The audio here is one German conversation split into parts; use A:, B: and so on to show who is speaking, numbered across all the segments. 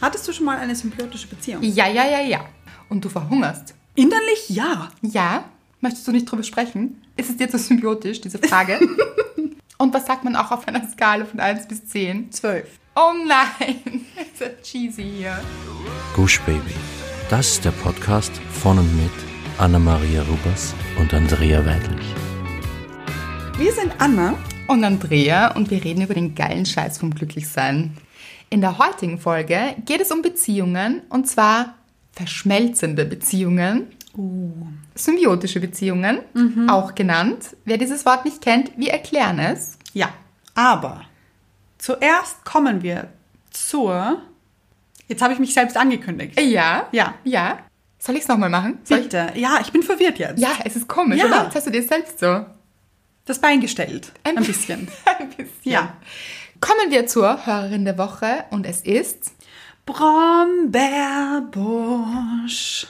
A: hattest du schon mal eine symbiotische Beziehung?
B: Ja, ja, ja, ja. Und du verhungerst.
A: Innerlich ja.
B: Ja? Möchtest du nicht drüber sprechen? Ist es dir zu symbiotisch, diese Frage? Und was sagt man auch auf einer Skala von 1 bis 10?
A: Zwölf.
B: Oh nein, ist ja cheesy hier.
C: Gush Baby. Das ist der Podcast von und mit Anna-Maria Rubers und Andrea Weidlich.
A: Wir sind Anna.
B: Und Andrea und wir reden über den geilen Scheiß vom Glücklichsein. In der heutigen Folge geht es um Beziehungen und zwar verschmelzende Beziehungen, Uh. symbiotische Beziehungen, auch genannt. Wer dieses Wort nicht kennt, wir erklären es.
A: Ja. Aber zuerst kommen wir zur. Jetzt habe ich mich selbst angekündigt.
B: Ja,
A: Ja.
B: ja. Soll ich es nochmal machen? Soll ich?
A: Bitte. Ja, ich bin verwirrt jetzt.
B: Ja, es ist komisch,
A: Ja.
B: oder? Jetzt hast du dir selbst so
A: Das Bein gestellt. Ein bisschen.
B: Ein bisschen.
A: Ja.
B: Kommen wir zur Hörerin der Woche und es ist
A: Brombeerbusch.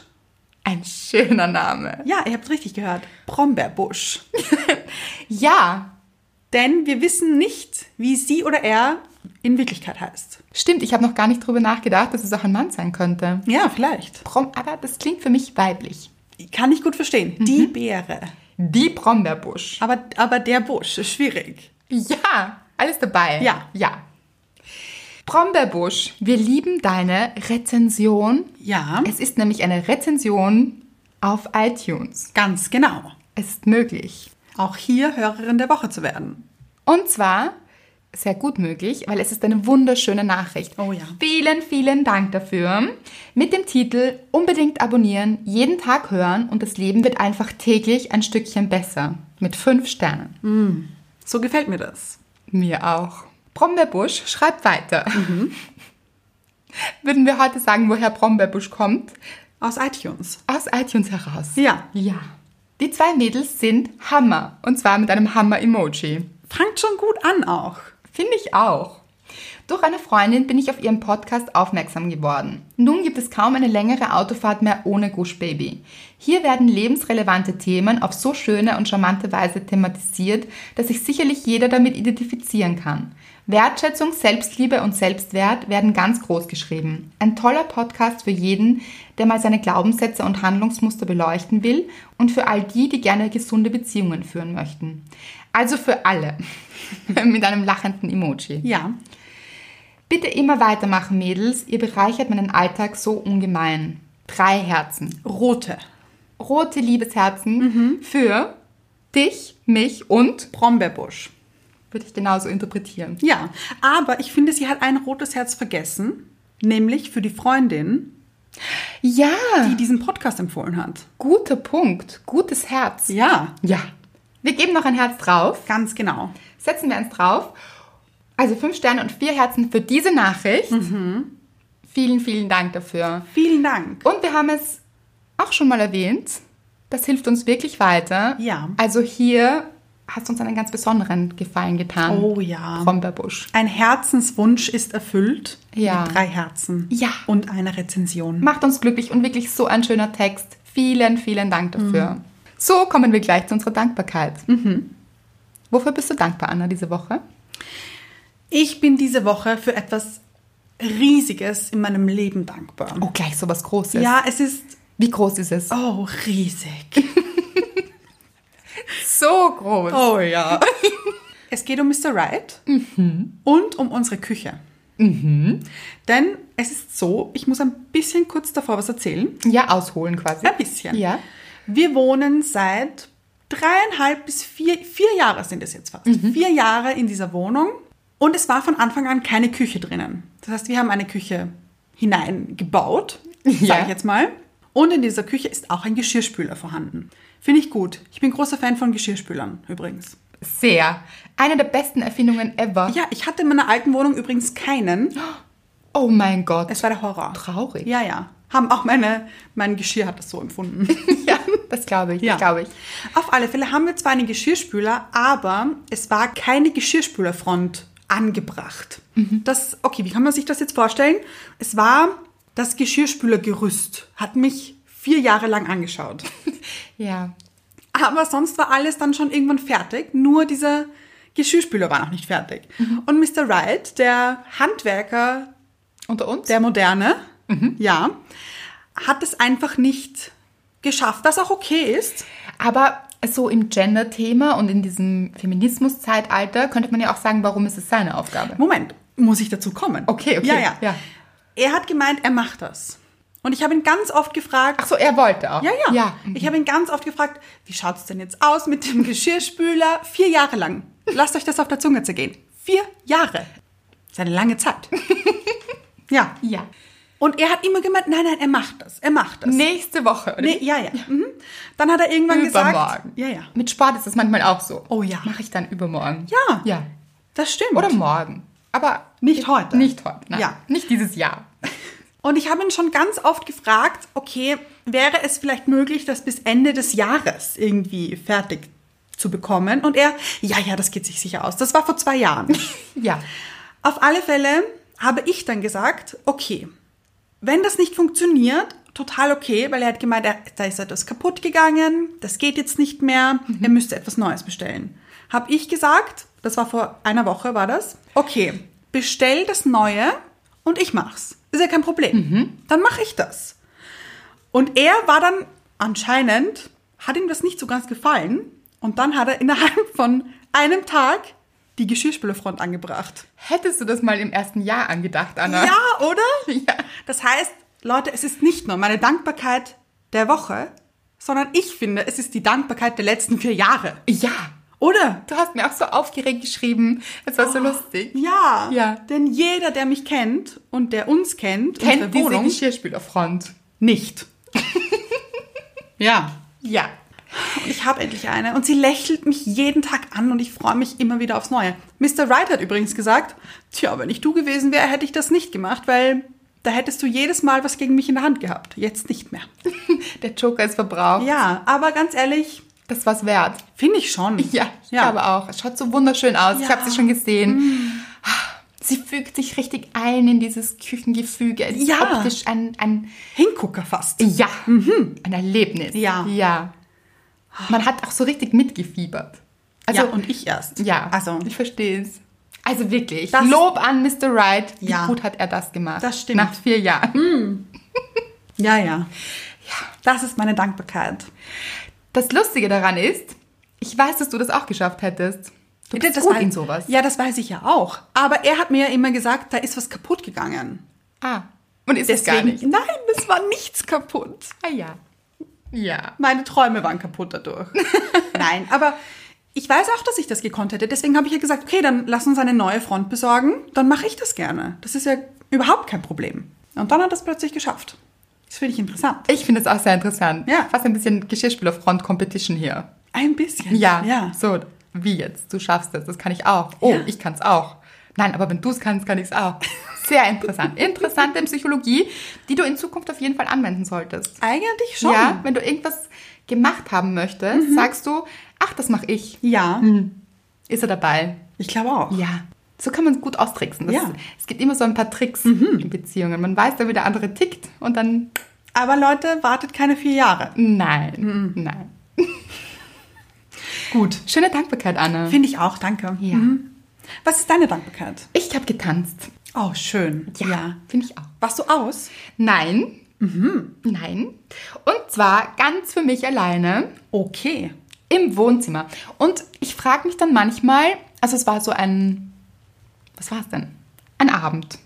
B: ein schöner Name.
A: Ja, ihr habt richtig gehört. Brombeerbusch.
B: Ja,
A: Denn wir wissen nicht, wie sie oder er in Wirklichkeit heißt.
B: stimmt, ich habe noch gar nicht drüber nachgedacht, dass es auch ein Mann sein könnte.
A: Ja, vielleicht.
B: Brom, aber das klingt für mich weiblich.
A: Kann ich gut verstehen. Die
B: Mhm.
A: Beere.
B: Die Brombeerbusch.
A: Aber, aber der Busch ist schwierig.
B: Ja, alles dabei.
A: Ja.
B: ja. Brombeerbusch, wir lieben deine Rezension.
A: Ja.
B: Es ist nämlich eine Rezension auf iTunes.
A: Ganz genau.
B: Es ist möglich.
A: Auch hier Hörerin der Woche zu werden.
B: Und zwar sehr gut möglich, weil es ist eine wunderschöne Nachricht.
A: Oh ja.
B: Vielen, vielen Dank dafür. Mit dem Titel Unbedingt abonnieren, jeden Tag hören und das Leben wird einfach täglich ein Stückchen besser. Mit fünf Sternen.
A: Mhm. So gefällt mir das.
B: Mir auch. Brombeerbusch schreibt weiter.
A: Mhm.
B: Würden wir heute sagen, woher Brombeerbusch kommt?
A: Aus iTunes.
B: Aus iTunes heraus.
A: Ja.
B: Ja. Die zwei Mädels sind Hammer. Und zwar mit einem Hammer-Emoji.
A: Fangt schon gut an auch.
B: Finde ich auch. Durch eine Freundin bin ich auf ihren Podcast aufmerksam geworden. Nun gibt es kaum eine längere Autofahrt mehr ohne Gush Baby. Hier werden lebensrelevante Themen auf so schöne und charmante Weise thematisiert, dass sich sicherlich jeder damit identifizieren kann. Wertschätzung, Selbstliebe und Selbstwert werden ganz groß geschrieben. Ein toller Podcast für jeden, der mal seine Glaubenssätze und Handlungsmuster beleuchten will und für all die, die gerne gesunde Beziehungen führen möchten. Also für alle. Mit einem lachenden Emoji.
A: Ja.
B: Bitte immer weitermachen, Mädels. Ihr bereichert meinen Alltag so ungemein. Drei Herzen.
A: Rote.
B: Rote Liebesherzen für dich, mich und
A: Brombeerbusch.
B: würde ich genauso interpretieren.
A: Ja. Aber ich finde, sie hat ein rotes Herz vergessen. Nämlich für die Freundin,
B: Ja,
A: die diesen Podcast empfohlen hat.
B: guter Punkt. Gutes Herz.
A: Ja.
B: Ja. Wir geben noch ein Herz drauf.
A: Ganz genau.
B: Setzen wir eins drauf. Also fünf Sterne und vier Herzen für diese Nachricht. Mhm. Vielen, vielen Dank dafür.
A: Vielen Dank.
B: Und wir haben es auch schon mal erwähnt. Das hilft uns wirklich weiter.
A: Ja.
B: Also hier hast du uns einen ganz besonderen Gefallen getan.
A: Oh ja.
B: Brombeerbusch.
A: Ein Herzenswunsch ist erfüllt.
B: Ja.
A: Mit drei Herzen.
B: Ja.
A: Und einer Rezension.
B: Macht uns glücklich und wirklich so ein schöner Text. Vielen, vielen Dank dafür. So kommen wir gleich zu unserer Dankbarkeit. Mhm. Wofür bist du dankbar, Anna, diese Woche?
A: Ich bin diese Woche für etwas Riesiges in meinem Leben dankbar.
B: Oh, gleich so was Großes.
A: Ja, es ist
B: Wie groß ist es?
A: oh riesig.
B: So groß.
A: Oh ja. es geht um Mr. Right
B: Mhm.
A: und um unsere Küche. Denn es ist so, ich muss ein bisschen kurz davor was erzählen.
B: Ja, ausholen quasi.
A: Ein bisschen.
B: Ja.
A: Wir wohnen seit dreieinhalb bis vier, vier Jahre sind es jetzt fast.
B: Mhm.
A: Vier Jahre in dieser Wohnung und es war von Anfang an keine Küche drinnen. Das heißt, wir haben eine Küche hineingebaut, sage
B: Ja.
A: ich jetzt mal. Und in dieser Küche ist auch ein Geschirrspüler vorhanden. Finde ich gut. Ich bin großer Fan von Geschirrspülern übrigens.
B: Sehr. Eine der besten Erfindungen ever.
A: Ja, ich hatte in meiner alten Wohnung übrigens keinen.
B: Oh mein Gott.
A: Es war der Horror.
B: Traurig.
A: Ja, ja. Haben auch meine, mein Geschirr hat das so empfunden.
B: Ja, das glaube ich,
A: Ja.
B: das glaube ich.
A: Auf alle Fälle haben wir zwar einen Geschirrspüler, aber es war keine Geschirrspülerfront angebracht. Das, okay, wie kann man sich das jetzt vorstellen? Es war das Geschirrspülergerüst, hat mich vier Jahre lang angeschaut.
B: Ja.
A: Aber sonst war alles dann schon irgendwann fertig, nur dieser Geschirrspüler war noch nicht fertig. Und Mr. Wright, der Handwerker
B: Unter uns?
A: der Moderne, ja, hat es einfach nicht geschafft, was auch okay ist.
B: Aber so im Gender-Thema und in diesem Feminismus-Zeitalter könnte man ja auch sagen, warum ist es seine Aufgabe?
A: Moment, muss ich dazu kommen?
B: Okay, okay,
A: Ja, ja.
B: ja.
A: Er hat gemeint, er macht das. Und ich habe ihn ganz oft gefragt,
B: Ach so, er wollte auch.
A: ja, ja.
B: ja.
A: Ich habe ihn ganz oft gefragt, wie schaut es denn jetzt aus mit dem Geschirrspüler? Vier Jahre lang. Lasst euch das auf der Zunge zergehen. Vier Jahre. Das ist eine lange Zeit. ja.
B: Ja.
A: Und er hat immer gemeint, nein, nein, er macht das. Er macht das.
B: Nächste Woche. Oder?
A: Nee, ja, ja. Mhm. Dann hat er irgendwann gesagt.
B: Übermorgen.
A: Ja, ja.
B: Mit Sport ist das manchmal auch so.
A: Oh ja.
B: Mache ich dann übermorgen.
A: Ja.
B: Ja.
A: Das stimmt.
B: Oder morgen. Aber
A: Nicht heute.
B: nicht heute. Nein.
A: Ja.
B: Nicht dieses Jahr.
A: Und ich habe ihn schon ganz oft gefragt, okay, wäre es vielleicht möglich, das bis Ende des Jahres irgendwie fertig zu bekommen? Und er, ja, ja, das geht sich sicher aus. Das war vor zwei Jahren.
B: Ja.
A: Auf alle Fälle habe ich dann gesagt, okay, wenn das nicht funktioniert, total okay, weil er hat gemeint, er, da ist etwas kaputt gegangen, das geht jetzt nicht mehr, er müsste etwas Neues bestellen. Habe ich gesagt, das war vor einer Woche, war das, okay, bestell das Neue und ich mach's. Ist ja kein Problem. Dann mache ich das. Und er war dann anscheinend, hat ihm das nicht so ganz gefallen und dann hat er innerhalb von einem Tag die Geschirrspülerfront angebracht.
B: Hättest du das mal im ersten Jahr angedacht, Anna?
A: Ja, oder?
B: Ja.
A: Das heißt, Leute, es ist nicht nur meine Dankbarkeit der Woche, sondern ich finde, es ist die Dankbarkeit der letzten vier Jahre.
B: Ja.
A: Oder?
B: Du hast mir auch so aufgeregt geschrieben. Es war so lustig.
A: Ah. Ja,
B: Ja.
A: denn jeder, der mich kennt und der uns kennt, unsere
B: Kennt diese
A: Wohnung,
B: Geschirrspülerfront.
A: nicht. ja.
B: Ja.
A: Und ich habe endlich eine und sie lächelt mich jeden Tag an und ich freue mich immer wieder aufs Neue. Mr. Wright hat übrigens gesagt, tja, wenn ich du gewesen wäre, hätte ich das nicht gemacht, weil da hättest du jedes Mal was gegen mich in der Hand gehabt. Jetzt nicht mehr.
B: Der Joker ist verbraucht.
A: Ja, aber ganz ehrlich,
B: Das war's wert.
A: finde ich schon.
B: Ja, ich glaube auch. Es schaut so wunderschön aus. Ich
A: Ja. Mhm.
B: habe sie schon gesehen. Sie fügt sich richtig ein in dieses Küchengefüge. Es ist
A: Ja.
B: optisch ein, ein
A: Hingucker fast.
B: ja, ein Erlebnis.
A: Ja.
B: ja. Man hat auch so richtig mitgefiebert. Also,
A: ja, und ich erst.
B: ja.
A: Also,
B: ich verstehe es. Also wirklich,
A: Das-
B: Lob an Mr. Wright. Wie
A: Ja.
B: gut hat er das gemacht?
A: Das stimmt.
B: Nach vier Jahren.
A: ja, ja. Ja, das ist meine Dankbarkeit.
B: Das Lustige daran ist, ich weiß, dass du das auch geschafft hättest. Du bist
A: das
B: gut
A: weiß-
B: in sowas.
A: Ja, das weiß ich ja auch. Aber er hat mir ja immer gesagt, da ist was kaputt gegangen.
B: Ah, und ist es gar nicht.
A: Nein, es war nichts kaputt.
B: Ah ja. Ja.
A: Meine Träume waren kaputt dadurch. Nein, aber ich weiß auch, dass ich das gekonnt hätte. Deswegen habe ich ja gesagt, okay, dann lass uns eine neue Front besorgen. Dann mache ich das gerne. Das ist ja überhaupt kein Problem. Und dann hat er es plötzlich geschafft. Das finde ich interessant.
B: Ich finde es auch sehr interessant.
A: Ja.
B: Fast ein bisschen Geschirrspülerfront-Competition hier.
A: Ein bisschen.
B: Ja.
A: ja.
B: So, wie jetzt? Du schaffst das. Das kann ich auch. Oh,
A: Ja.
B: ich kann es auch. Nein, aber wenn du es kannst, kann ich es auch. Sehr interessant. Interessante Psychologie, die du in Zukunft auf jeden Fall anwenden solltest.
A: Eigentlich schon.
B: Ja, wenn du irgendwas gemacht haben möchtest, sagst du, ach, das mache ich.
A: Ja,
B: Ist er dabei?
A: ich glaube auch.
B: Ja. So kann man es gut austricksen. Das
A: Ja.
B: ist, es gibt immer so ein paar Tricks in Beziehungen. Man weiß dann, wie der andere tickt und dann,
A: Aber Leute, wartet keine vier Jahre.
B: nein, nein.
A: Gut.
B: Schöne Dankbarkeit, Anna.
A: Finde ich auch, danke. Mhm.
B: Ja.
A: Was ist deine Dankbarkeit?
B: Ich habe getanzt.
A: Oh, schön.
B: Finde ich auch.
A: Warst du aus?
B: Nein. Nein. Und zwar ganz für mich alleine
A: Okay.
B: im Wohnzimmer. Und ich frage mich dann manchmal, also es war so ein, was war es denn? Ein Abend.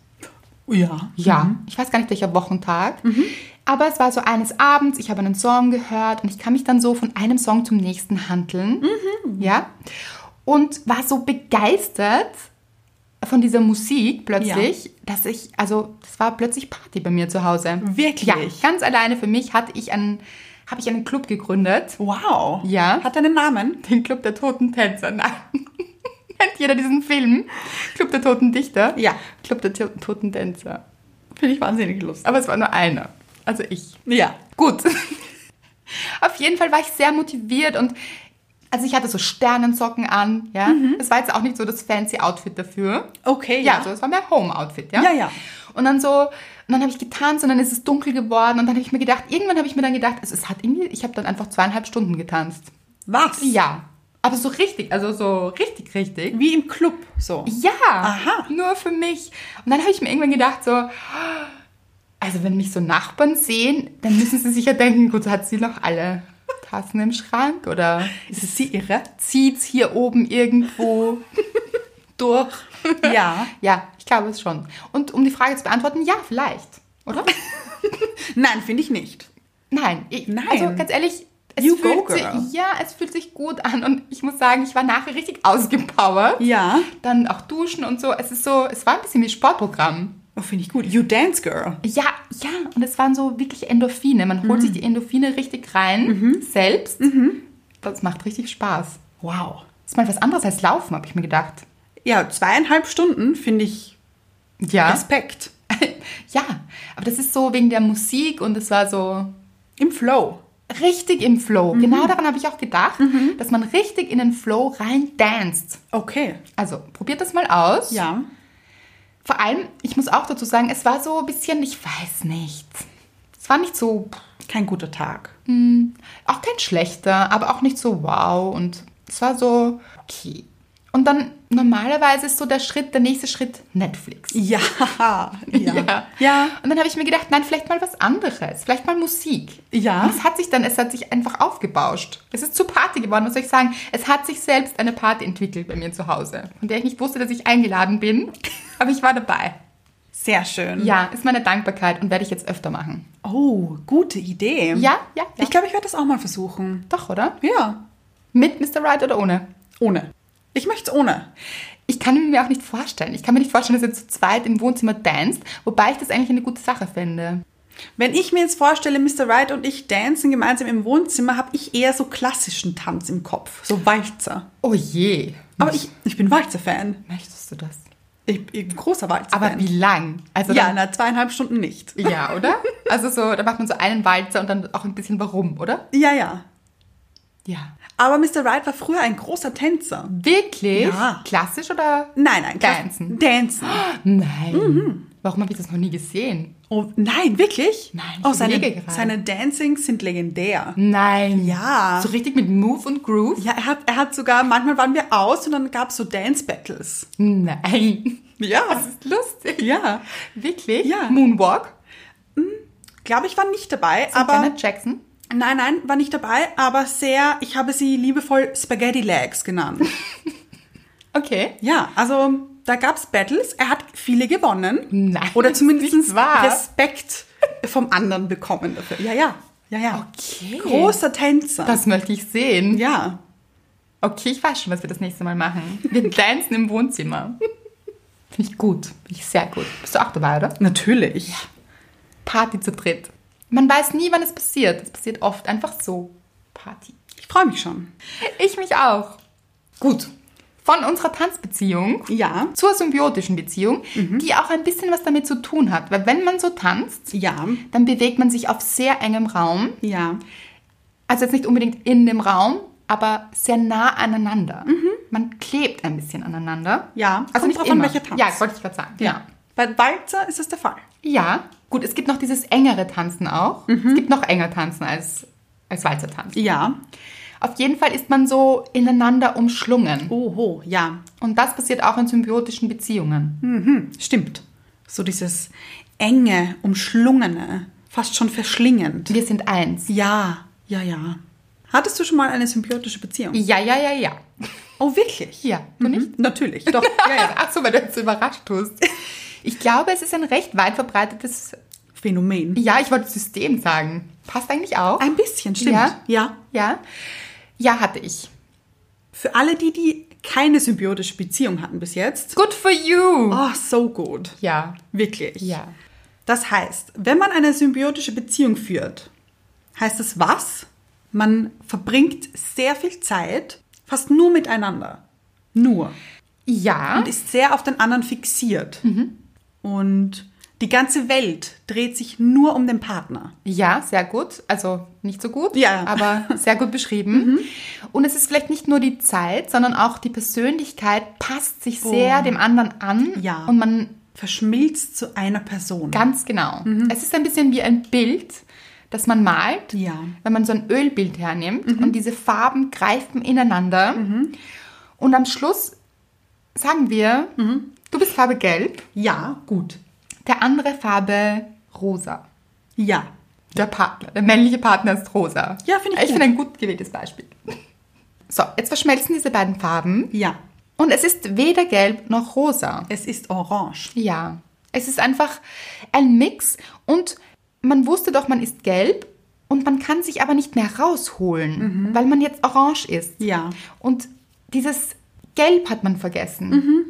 A: Ja.
B: Ja, ich weiß gar nicht, welcher Wochentag.
A: Mhm.
B: Aber es war so eines Abends, ich habe einen Song gehört und ich kann mich dann so von einem Song zum nächsten handeln.
A: Mhm.
B: Ja. Und war so begeistert von dieser Musik plötzlich, dass ich, also das war plötzlich Party bei mir zu Hause.
A: Wirklich?
B: Ja, ganz alleine für mich hatte ich einen, habe ich einen Club gegründet.
A: Wow.
B: Ja.
A: Hat einen Namen?
B: Den Club der Toten Tänzer, nein. Kennt jeder diesen Film? Club der Toten Dichter?
A: Ja.
B: Club der To- Toten Tänzer.
A: Finde ich wahnsinnig lustig.
B: Aber es war nur einer. Also ich.
A: Ja.
B: Gut. Auf jeden Fall war ich sehr motiviert und also ich hatte so Sternensocken an, ja. Das war jetzt auch nicht so das fancy Outfit dafür.
A: Okay,
B: Ja,
A: Mhm. ja.
B: also es war mehr Home-Outfit, ja.
A: Ja, ja.
B: Und dann so, und dann habe ich getanzt und dann ist es dunkel geworden und dann habe ich mir gedacht, irgendwann habe ich mir dann gedacht, also es hat irgendwie, ich habe dann einfach zweieinhalb Stunden getanzt.
A: Was?
B: Ja. Aber so richtig, also so richtig, richtig.
A: Wie im Club, so.
B: Ja,
A: Aha.
B: nur für mich. Und dann habe ich mir irgendwann gedacht, so, also wenn mich so Nachbarn sehen, dann müssen sie sich ja denken, gut, hat sie noch alle Tassen im Schrank oder
A: Ist sie irre?
B: zieht's hier oben irgendwo durch.
A: Ja.
B: Ja, ich glaube es schon. Und um die Frage zu beantworten, ja, vielleicht, oder?
A: Nein, finde ich nicht.
B: Nein, ich,
A: Nein.
B: also ganz ehrlich, es
A: You go,
B: fühlt sich,
A: girl.
B: ja, es fühlt sich gut an und ich muss sagen, ich war nachher richtig ausgepowert.
A: Ja.
B: Dann auch duschen und so. Es ist so, es war ein bisschen wie Sportprogramm.
A: Oh, finde ich gut. You Dance Girl.
B: Ja, ja, und es waren so wirklich Endorphine. Man holt sich die Endorphine richtig rein, selbst. Das macht richtig Spaß.
A: Wow.
B: Ist mal was anderes als Laufen, habe ich mir gedacht.
A: Ja, zweieinhalb Stunden finde ich
B: Ja.
A: Respekt.
B: ja, aber das ist so wegen der Musik und es war so
A: Im Flow.
B: richtig im Flow. Genau daran habe ich auch gedacht, dass man richtig in den Flow rein danst.
A: Okay.
B: Also probiert das mal aus.
A: Ja.
B: Vor allem, ich muss auch dazu sagen, es war so ein bisschen, ich weiß nicht. Es war nicht so,
A: Kein guter Tag.
B: auch kein schlechter, aber auch nicht so wow. Und es war so, okay. Und dann normalerweise ist so der Schritt, der nächste Schritt Netflix.
A: Ja. Ja. Ja.
B: Und dann habe ich mir gedacht, nein, vielleicht mal was anderes. Vielleicht mal Musik.
A: Ja.
B: Und es hat sich dann, es hat sich einfach aufgebauscht. Es ist zur Party geworden, was soll ich sagen? Es hat sich selbst eine Party entwickelt bei mir zu Hause, von der ich nicht wusste, dass ich eingeladen bin. Aber ich war dabei.
A: Sehr schön.
B: Ja, ist meine Dankbarkeit und werde ich jetzt öfter machen.
A: Oh, gute Idee.
B: Ja, ja, ja.
A: Ich glaube, ich werde das auch mal versuchen.
B: Doch, oder?
A: Ja.
B: Mit Mr. Right oder ohne?
A: Ohne. Ich möchte es ohne.
B: Ich kann mir auch nicht vorstellen. Ich kann mir nicht vorstellen, dass ihr zu zweit im Wohnzimmer danst, wobei ich das eigentlich eine gute Sache finde.
A: Wenn ich mir jetzt vorstelle, Mr. Right und ich dancen gemeinsam im Wohnzimmer, habe ich eher so klassischen Tanz im Kopf. So Walzer.
B: Oh je.
A: Aber ich, ich bin Walzer-Fan.
B: Möchtest du das?
A: Ich bin ein großer Walzer-Fan.
B: Aber wie lang? Also
A: Ja,
B: dann-
A: na, zweieinhalb Stunden nicht.
B: ja, oder? Also so, da macht man so einen Walzer und dann auch ein bisschen warum, oder?
A: Ja, ja.
B: Ja.
A: Aber Mr. Right war früher ein großer Tänzer.
B: Wirklich?
A: Ja.
B: Klassisch oder?
A: Nein, nein, klar.
B: Dancen.
A: Dancen.
B: Nein. Warum habe ich das noch nie gesehen?
A: Oh, nein, wirklich?
B: Nein, ich
A: oh, seine,
B: überlege gerade.
A: seine Dancings sind legendär.
B: Nein.
A: Ja.
B: So richtig mit Move und Groove?
A: Ja, er hat, er hat sogar, manchmal waren wir aus und dann gab es so Dance-Battles.
B: Nein.
A: Ja.
B: Das ist lustig.
A: Ja.
B: Wirklich?
A: Ja.
B: Moonwalk?
A: Glaube ich, war nicht dabei,
B: Aber
A: aber.
B: Janet Jackson?
A: Nein, nein, war nicht dabei, aber sehr, ich habe sie liebevoll Spaghetti Legs genannt.
B: Okay.
A: ja, also da gab es Battles, er hat viele gewonnen.
B: Nein,
A: Oder
B: das ist
A: zumindest
B: nicht wahr.
A: Respekt vom anderen bekommen dafür. Ja, ja, ja, ja.
B: Okay.
A: Großer Tänzer.
B: Das möchte ich sehen.
A: ja.
B: Okay, ich weiß schon, was wir das nächste Mal machen. Wir tanzen im Wohnzimmer. Finde ich gut. Finde ich sehr gut. Bist du auch dabei, oder?
A: Natürlich.
B: Party zu dritt. Man weiß nie, wann es passiert. Es passiert oft einfach so. Party.
A: Ich freue mich schon.
B: Ich mich auch. Gut. Von unserer Tanzbeziehung
A: Ja.
B: zur symbiotischen Beziehung, die auch ein bisschen was damit zu tun hat. Weil wenn man so tanzt,
A: Ja.
B: dann bewegt man sich auf sehr engem Raum.
A: Ja.
B: Also jetzt nicht unbedingt in dem Raum, aber sehr nah aneinander. Man klebt ein bisschen aneinander.
A: Mhm.
B: Also
A: Ja, kommt drauf an, welcher Tanz.
B: Ja, wollte ich gerade sagen. Ja.
A: Bei Walzer ist das der Fall.
B: ja, gut, es gibt noch dieses engere Tanzen auch.
A: Mhm.
B: Es gibt noch enger Tanzen als, als Walzertanz.
A: Ja.
B: Auf jeden Fall ist man so ineinander umschlungen.
A: Oho, ja.
B: Und das passiert auch in symbiotischen Beziehungen.
A: Mhm. Stimmt. So dieses enge, umschlungene, fast schon verschlingend.
B: Wir sind eins.
A: Ja, ja, ja. Hattest du schon mal eine symbiotische Beziehung?
B: Ja, ja, ja, ja.
A: Oh, wirklich?
B: Ja, du nicht?
A: Natürlich, doch. Ja, ja.
B: Ach so, weil du jetzt so überrascht tust. Ich glaube, es ist ein recht weit verbreitetes,
A: Phänomen.
B: ja, ich wollte System sagen. Passt eigentlich auch.
A: Ein bisschen, stimmt.
B: Ja.
A: ja.
B: Ja? Ja, hatte ich.
A: Für alle die, die keine symbiotische Beziehung hatten bis jetzt.
B: Good for you!
A: Oh, so gut.
B: Ja,
A: Wirklich.
B: ja.
A: Das heißt, wenn man eine symbiotische Beziehung führt, heißt es was? Man verbringt sehr viel Zeit, fast nur miteinander. Nur.
B: Ja,
A: Und ist sehr auf den anderen fixiert. Und die ganze Welt dreht sich nur um den Partner.
B: ja, sehr gut. Also nicht so gut,
A: Ja. Mhm.
B: aber sehr gut beschrieben. Und es ist vielleicht nicht nur die Zeit, sondern auch die Persönlichkeit passt sich sehr dem anderen an.
A: Oh. Ja.
B: Und man,
A: Verschmilzt zu einer Person. Mhm.
B: ganz genau. Es ist ein bisschen wie ein Bild, das man malt,
A: Ja. Mhm.
B: wenn man so ein Ölbild hernimmt und diese Farben greifen ineinander. Und am Schluss sagen wir,
A: Mhm.
B: du bist Farbe Gelb,
A: Ja, gut.
B: der andere Farbe Rosa.
A: Ja.
B: Der Partner, der männliche Partner ist rosa.
A: Ja, finde ich
B: Ich
A: gut.
B: finde ein gut gewähltes Beispiel. So, jetzt verschmelzen diese beiden Farben
A: Ja.
B: und es ist weder gelb noch rosa.
A: Es ist orange.
B: Ja, es ist einfach ein Mix und man wusste doch, man ist gelb und man kann sich aber nicht mehr rausholen,
A: Mhm.
B: weil man jetzt orange ist.
A: Ja.
B: Und dieses Gelb hat man vergessen.
A: Mhm.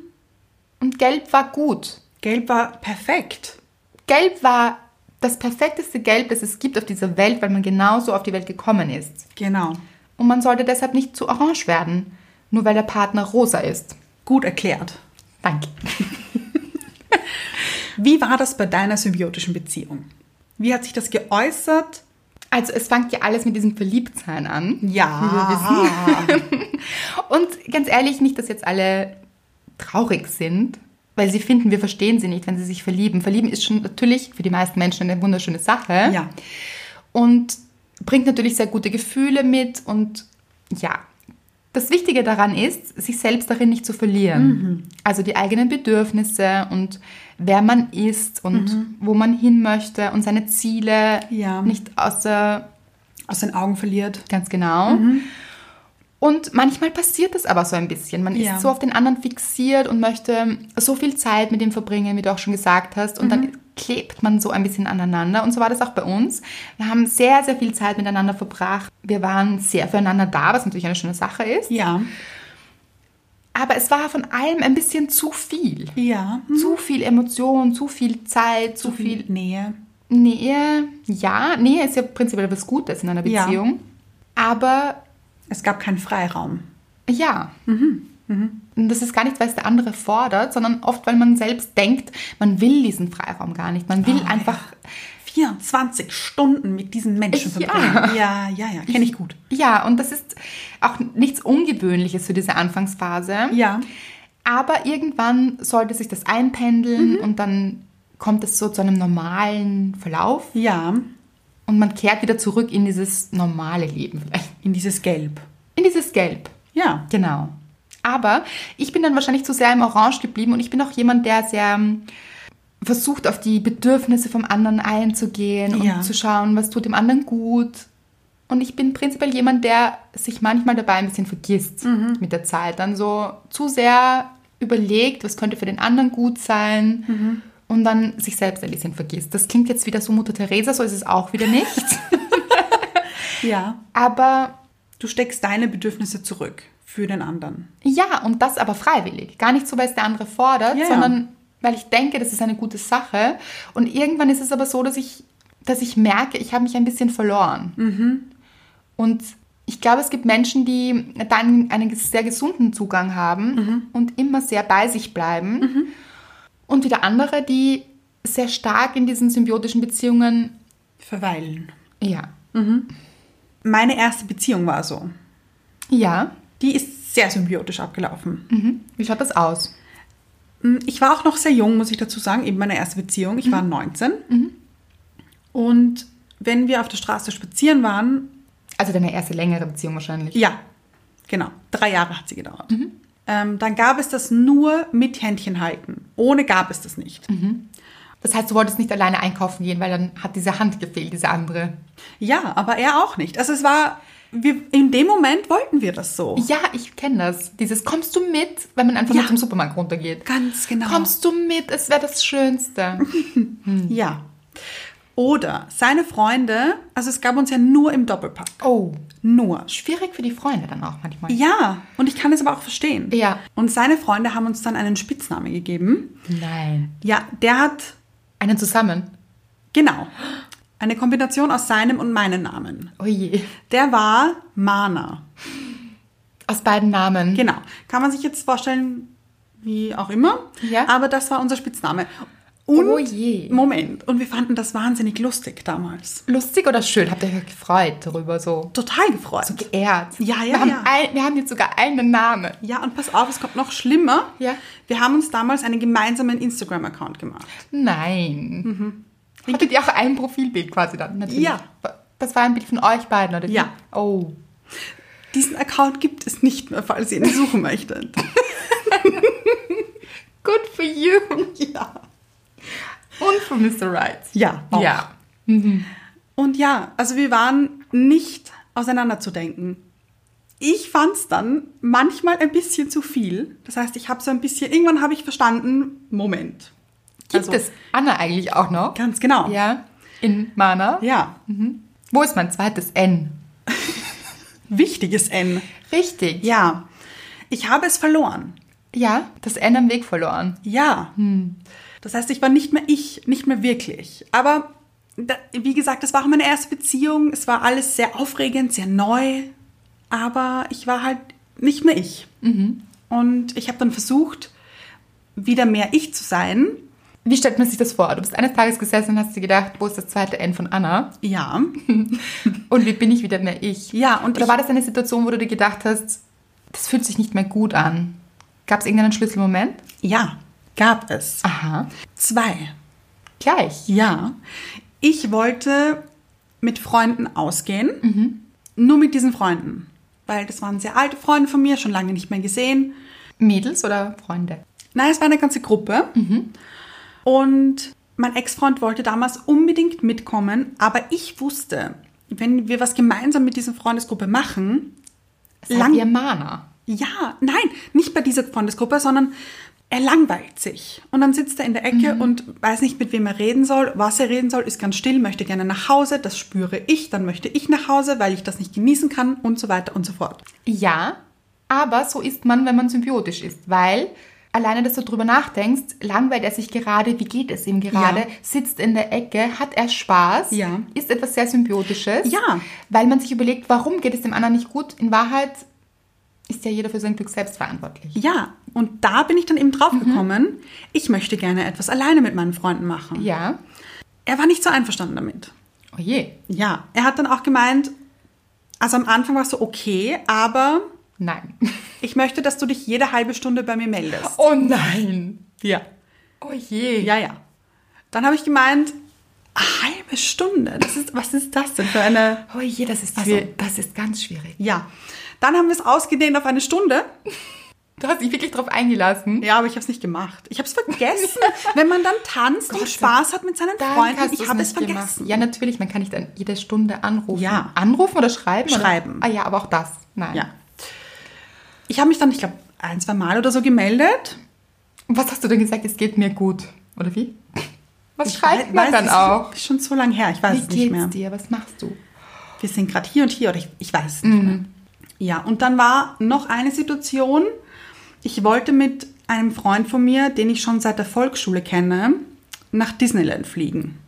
B: Und Gelb war gut.
A: Gelb war perfekt.
B: Gelb war das perfekteste Gelb, das es gibt auf dieser Welt, weil man genauso auf die Welt gekommen ist.
A: Genau.
B: Und man sollte deshalb nicht zu orange werden, nur weil der Partner rosa ist.
A: Gut erklärt.
B: Danke.
A: Wie war das bei deiner symbiotischen Beziehung? Wie hat sich das geäußert?
B: Also es fängt ja alles mit diesem Verliebtsein an.
A: Ja.
B: Und ganz ehrlich, nicht, dass jetzt alle traurig sind, weil sie finden, wir verstehen sie nicht, wenn sie sich verlieben. Verlieben ist schon natürlich für die meisten Menschen eine wunderschöne Sache.
A: Ja.
B: Und bringt natürlich sehr gute Gefühle mit und ja. Das Wichtige daran ist, sich selbst darin nicht zu verlieren. Also die eigenen Bedürfnisse und wer man ist und wo man hin möchte und seine Ziele
A: Ja.
B: nicht außer
A: Aus den Augen verliert.
B: Ganz genau. Und manchmal passiert das aber so ein bisschen. Man
A: Ja.
B: ist so auf den anderen fixiert und möchte so viel Zeit mit ihm verbringen, wie du auch schon gesagt hast. Und dann klebt man so ein bisschen aneinander. Und so war das auch bei uns. Wir haben sehr, sehr viel Zeit miteinander verbracht. Wir waren sehr füreinander da, was natürlich eine schöne Sache ist.
A: Ja.
B: Aber es war von allem ein bisschen zu viel.
A: Ja. Hm.
B: Zu viel Emotion, zu viel Zeit, zu, viel
A: Nähe.
B: Nähe. Ja, Nähe ist ja prinzipiell was Gutes in einer
A: Ja.
B: Beziehung. Aber
A: Es gab keinen Freiraum.
B: Ja. Mhm. Und das ist gar nicht, weil es der andere fordert, sondern oft, weil man selbst denkt, man will diesen Freiraum gar nicht. Man will
A: Ah,
B: einfach,
A: 24 Stunden mit diesen Menschen
B: Ja.
A: verbringen. Ja, ja, ja. Kenne ich gut.
B: ja. und das ist auch nichts Ungewöhnliches für diese Anfangsphase.
A: Ja.
B: Aber irgendwann sollte sich das
A: Mhm.
B: einpendeln und dann kommt es so zu einem normalen Verlauf
A: Ja.
B: und man kehrt wieder zurück in dieses normale Leben vielleicht.
A: In dieses Gelb.
B: In dieses Gelb.
A: Ja.
B: Genau. Aber ich bin dann wahrscheinlich zu sehr im Orange geblieben und ich bin auch jemand, der sehr ähm, versucht, auf die Bedürfnisse vom anderen einzugehen
A: Ja.
B: und zu schauen, was tut dem anderen gut. Und ich bin prinzipiell jemand, der sich manchmal dabei ein bisschen vergisst mit der Zeit. Dann so zu sehr überlegt, was könnte für den anderen gut sein. Und dann sich selbst ein bisschen vergisst. Das klingt jetzt wieder so Mutter Teresa, so ist es auch wieder nicht.
A: Ja.
B: Aber
A: Du steckst deine Bedürfnisse zurück für den anderen.
B: Ja, und das aber freiwillig. Gar nicht so, weil es der andere fordert,
A: Ja, ja.
B: sondern weil ich denke, das ist eine gute Sache. Und irgendwann ist es aber so, dass ich, dass ich merke, ich habe mich ein bisschen verloren.
A: Mhm.
B: Und ich glaube, es gibt Menschen, die dann einen sehr gesunden Zugang haben
A: Mhm.
B: und immer sehr bei sich bleiben. Und wieder andere, die sehr stark in diesen symbiotischen Beziehungen,
A: Verweilen.
B: ja,
A: Meine erste Beziehung war so.
B: ja.
A: Die ist sehr symbiotisch abgelaufen.
B: Mhm. Wie schaut das aus?
A: Ich war auch noch sehr jung, muss ich dazu sagen, eben meine erste Beziehung. Ich war 19. Und wenn wir auf der Straße spazieren waren,
B: Also deine erste längere Beziehung wahrscheinlich.
A: Ja, genau. Drei Jahre hat sie gedauert. Ähm, dann gab es das nur mit Händchen halten. Ohne gab es das nicht.
B: Das heißt, du wolltest nicht alleine einkaufen gehen, weil dann hat diese Hand gefehlt, diese andere.
A: Ja, aber er auch nicht. Also es war, wir, in dem Moment wollten wir das so.
B: Ja, ich kenne das. Dieses kommst du mit, wenn man einfach
A: Ja.
B: nur zum Supermarkt runtergeht.
A: Ganz genau.
B: Kommst du mit, es wäre das Schönste.
A: Ja. Oder seine Freunde, also es gab uns ja nur im Doppelpack.
B: Oh,
A: Nur.
B: schwierig für die Freunde dann auch manchmal.
A: Ja, und ich kann es aber auch verstehen.
B: Ja.
A: Und seine Freunde haben uns dann einen Spitznamen gegeben.
B: Nein.
A: Ja, der hat,
B: Einen zusammen.
A: genau, eine Kombination aus seinem und meinem Namen.
B: Oh je.
A: Der war Mana.
B: Aus beiden Namen.
A: Genau. Kann man sich jetzt vorstellen, wie auch immer.
B: Ja.
A: Aber das war unser Spitzname. Und
B: Oh je.
A: Moment. Und wir fanden das wahnsinnig lustig damals.
B: Lustig oder schön? Habt ihr euch gefreut darüber so?
A: Total gefreut.
B: So geehrt.
A: Ja, ja,
B: wir haben
A: ja.
B: Ein, wir haben jetzt sogar einen Namen.
A: ja, und pass auf, es kommt noch schlimmer.
B: Ja.
A: Wir haben uns damals einen gemeinsamen Instagram-Account gemacht.
B: Nein. Hattet ihr auch ein Profilbild quasi dann? Natürlich.
A: Mhm. Ja.
B: Das war ein Bild von euch beiden, oder? wie?
A: Ja.
B: Oh.
A: Diesen Account gibt es nicht mehr, falls ihr ihn suchen möchtet.
B: Good for you.
A: ja.
B: Und für Mr. Right.
A: Ja. Auch.
B: Ja.
A: Und ja, also wir waren nicht auseinanderzudenken. Ich fand es dann manchmal ein bisschen zu viel. Das heißt, ich habe so ein bisschen, irgendwann habe ich verstanden, Moment. Also,
B: Gibt es Anna eigentlich auch noch?
A: Ganz genau.
B: Ja. In Mana.
A: Ja.
B: Wo ist mein zweites N?
A: Wichtiges N.
B: Richtig.
A: Ja. Ich habe es verloren.
B: Ja, das N am Weg verloren.
A: Ja. Das heißt, ich war nicht mehr ich, nicht mehr wirklich. Aber da, wie gesagt, das war auch meine erste Beziehung. Es war alles sehr aufregend, sehr neu. Aber ich war halt nicht mehr ich. Und ich habe dann versucht, wieder mehr ich zu sein.
B: Wie stellt man sich das vor? Du bist eines Tages gesessen und hast dir gedacht, wo ist das zweite N von Anna?
A: Ja.
B: Und wie bin ich wieder mehr ich?
A: Ja, und
B: Oder
A: ich-
B: war das eine Situation, wo du dir gedacht hast, das fühlt sich nicht mehr gut an? Gab es irgendeinen Schlüsselmoment?
A: Ja. Gab es.
B: Aha.
A: Zwei.
B: Gleich.
A: Ja, ich wollte mit Freunden ausgehen. Nur mit diesen Freunden. Weil das waren sehr alte Freunde von mir, schon lange nicht mehr gesehen.
B: Mädels oder Freunde?
A: Nein, es war eine ganze Gruppe. Und mein Ex-Freund wollte damals unbedingt mitkommen, aber ich wusste, wenn wir was gemeinsam mit dieser Freundesgruppe machen,
B: Lang ihr Mana.
A: ja, nein, nicht bei dieser Freundesgruppe, sondern er langweilt sich. Und dann sitzt er in der Ecke und weiß nicht, mit wem er reden soll, was er reden soll, ist ganz still, möchte gerne nach Hause, das spüre ich, dann möchte ich nach Hause, weil ich das nicht genießen kann und so weiter und so fort.
B: Ja, aber so ist man, wenn man symbiotisch ist, weil alleine, dass du drüber nachdenkst, langweilt er sich gerade, wie geht es ihm gerade,
A: Ja.
B: sitzt in der Ecke, hat er Spaß,
A: Ja.
B: ist etwas sehr Symbiotisches,
A: Ja.
B: weil man sich überlegt, warum geht es dem anderen nicht gut. In Wahrheit ist ja jeder für sein Glück selbst verantwortlich.
A: Ja, und da bin ich dann eben drauf gekommen, ich möchte gerne etwas alleine mit meinen Freunden machen.
B: Ja,
A: Er war nicht so einverstanden damit.
B: oh je,
A: Ja, er hat dann auch gemeint, also am Anfang war es so okay, aber
B: nein.
A: ich möchte, dass du dich jede halbe Stunde bei mir meldest.
B: Oh nein,
A: Ja.
B: oh je.
A: Ja, ja. Dann habe ich gemeint, eine halbe Stunde. Das ist, was ist das denn für eine.
B: Oh je, das ist,
A: Also-
B: schwierig. das ist ganz schwierig.
A: Ja. Dann haben wir es ausgedehnt auf eine Stunde.
B: Du hast dich wirklich drauf eingelassen.
A: Ja, aber ich habe es nicht gemacht. Ich habe es vergessen. Wenn man dann tanzt und
B: Gott sei-
A: Spaß hat mit seinen
B: Dank
A: Freunden,
B: hast
A: ich
B: du's
A: habe es
B: nicht gemacht.
A: vergessen.
B: Ja, natürlich, man kann nicht an jeder Stunde anrufen.
A: Ja.
B: Anrufen oder schreiben?
A: Schreiben.
B: Oder? Ah ja, aber auch das. Nein.
A: Ja. Ich habe mich dann, ich glaube, ein, zwei Mal oder so gemeldet.
B: Und Was hast du denn gesagt? Es geht mir gut. Oder wie? Was
A: Ich
B: schreibt
A: wei-
B: man
A: weiß
B: dann
A: es-
B: auch?
A: Ist schon so lange her, ich weiß
B: Wie
A: es nicht
B: geht's
A: mehr.
B: dir? Was machst du?
A: wir sind gerade hier und hier oder ich, ich weiß es
B: Mhm.
A: nicht mehr. Ja, und dann war noch eine Situation, ich wollte mit einem Freund von mir, den ich schon seit der Volksschule kenne, nach Disneyland fliegen.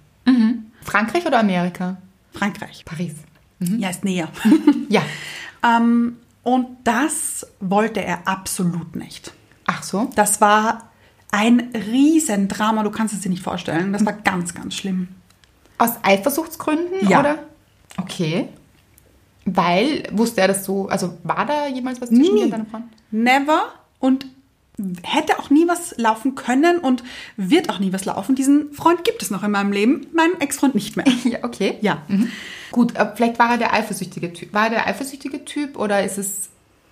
B: Frankreich oder Amerika?
A: Frankreich.
B: Paris. Mhm.
A: Ja, ist näher.
B: Ja.
A: ähm, und das wollte er absolut nicht.
B: Ach so.
A: Das war ein Riesendrama, du kannst es dir nicht vorstellen. Das war ganz, ganz schlimm.
B: Aus Eifersuchtsgründen,
A: Ja.
B: oder? Okay. Weil, wusste er das so, also war da jemals was zwischen dir und deinem Freund?
A: Never und hätte auch nie was laufen können und wird auch nie was laufen. Diesen Freund gibt es noch in meinem Leben, meinen Ex-Freund nicht mehr.
B: Ja, okay.
A: Ja.
B: Gut, äh, vielleicht war er der eifersüchtige Typ. War er der eifersüchtige Typ oder ist es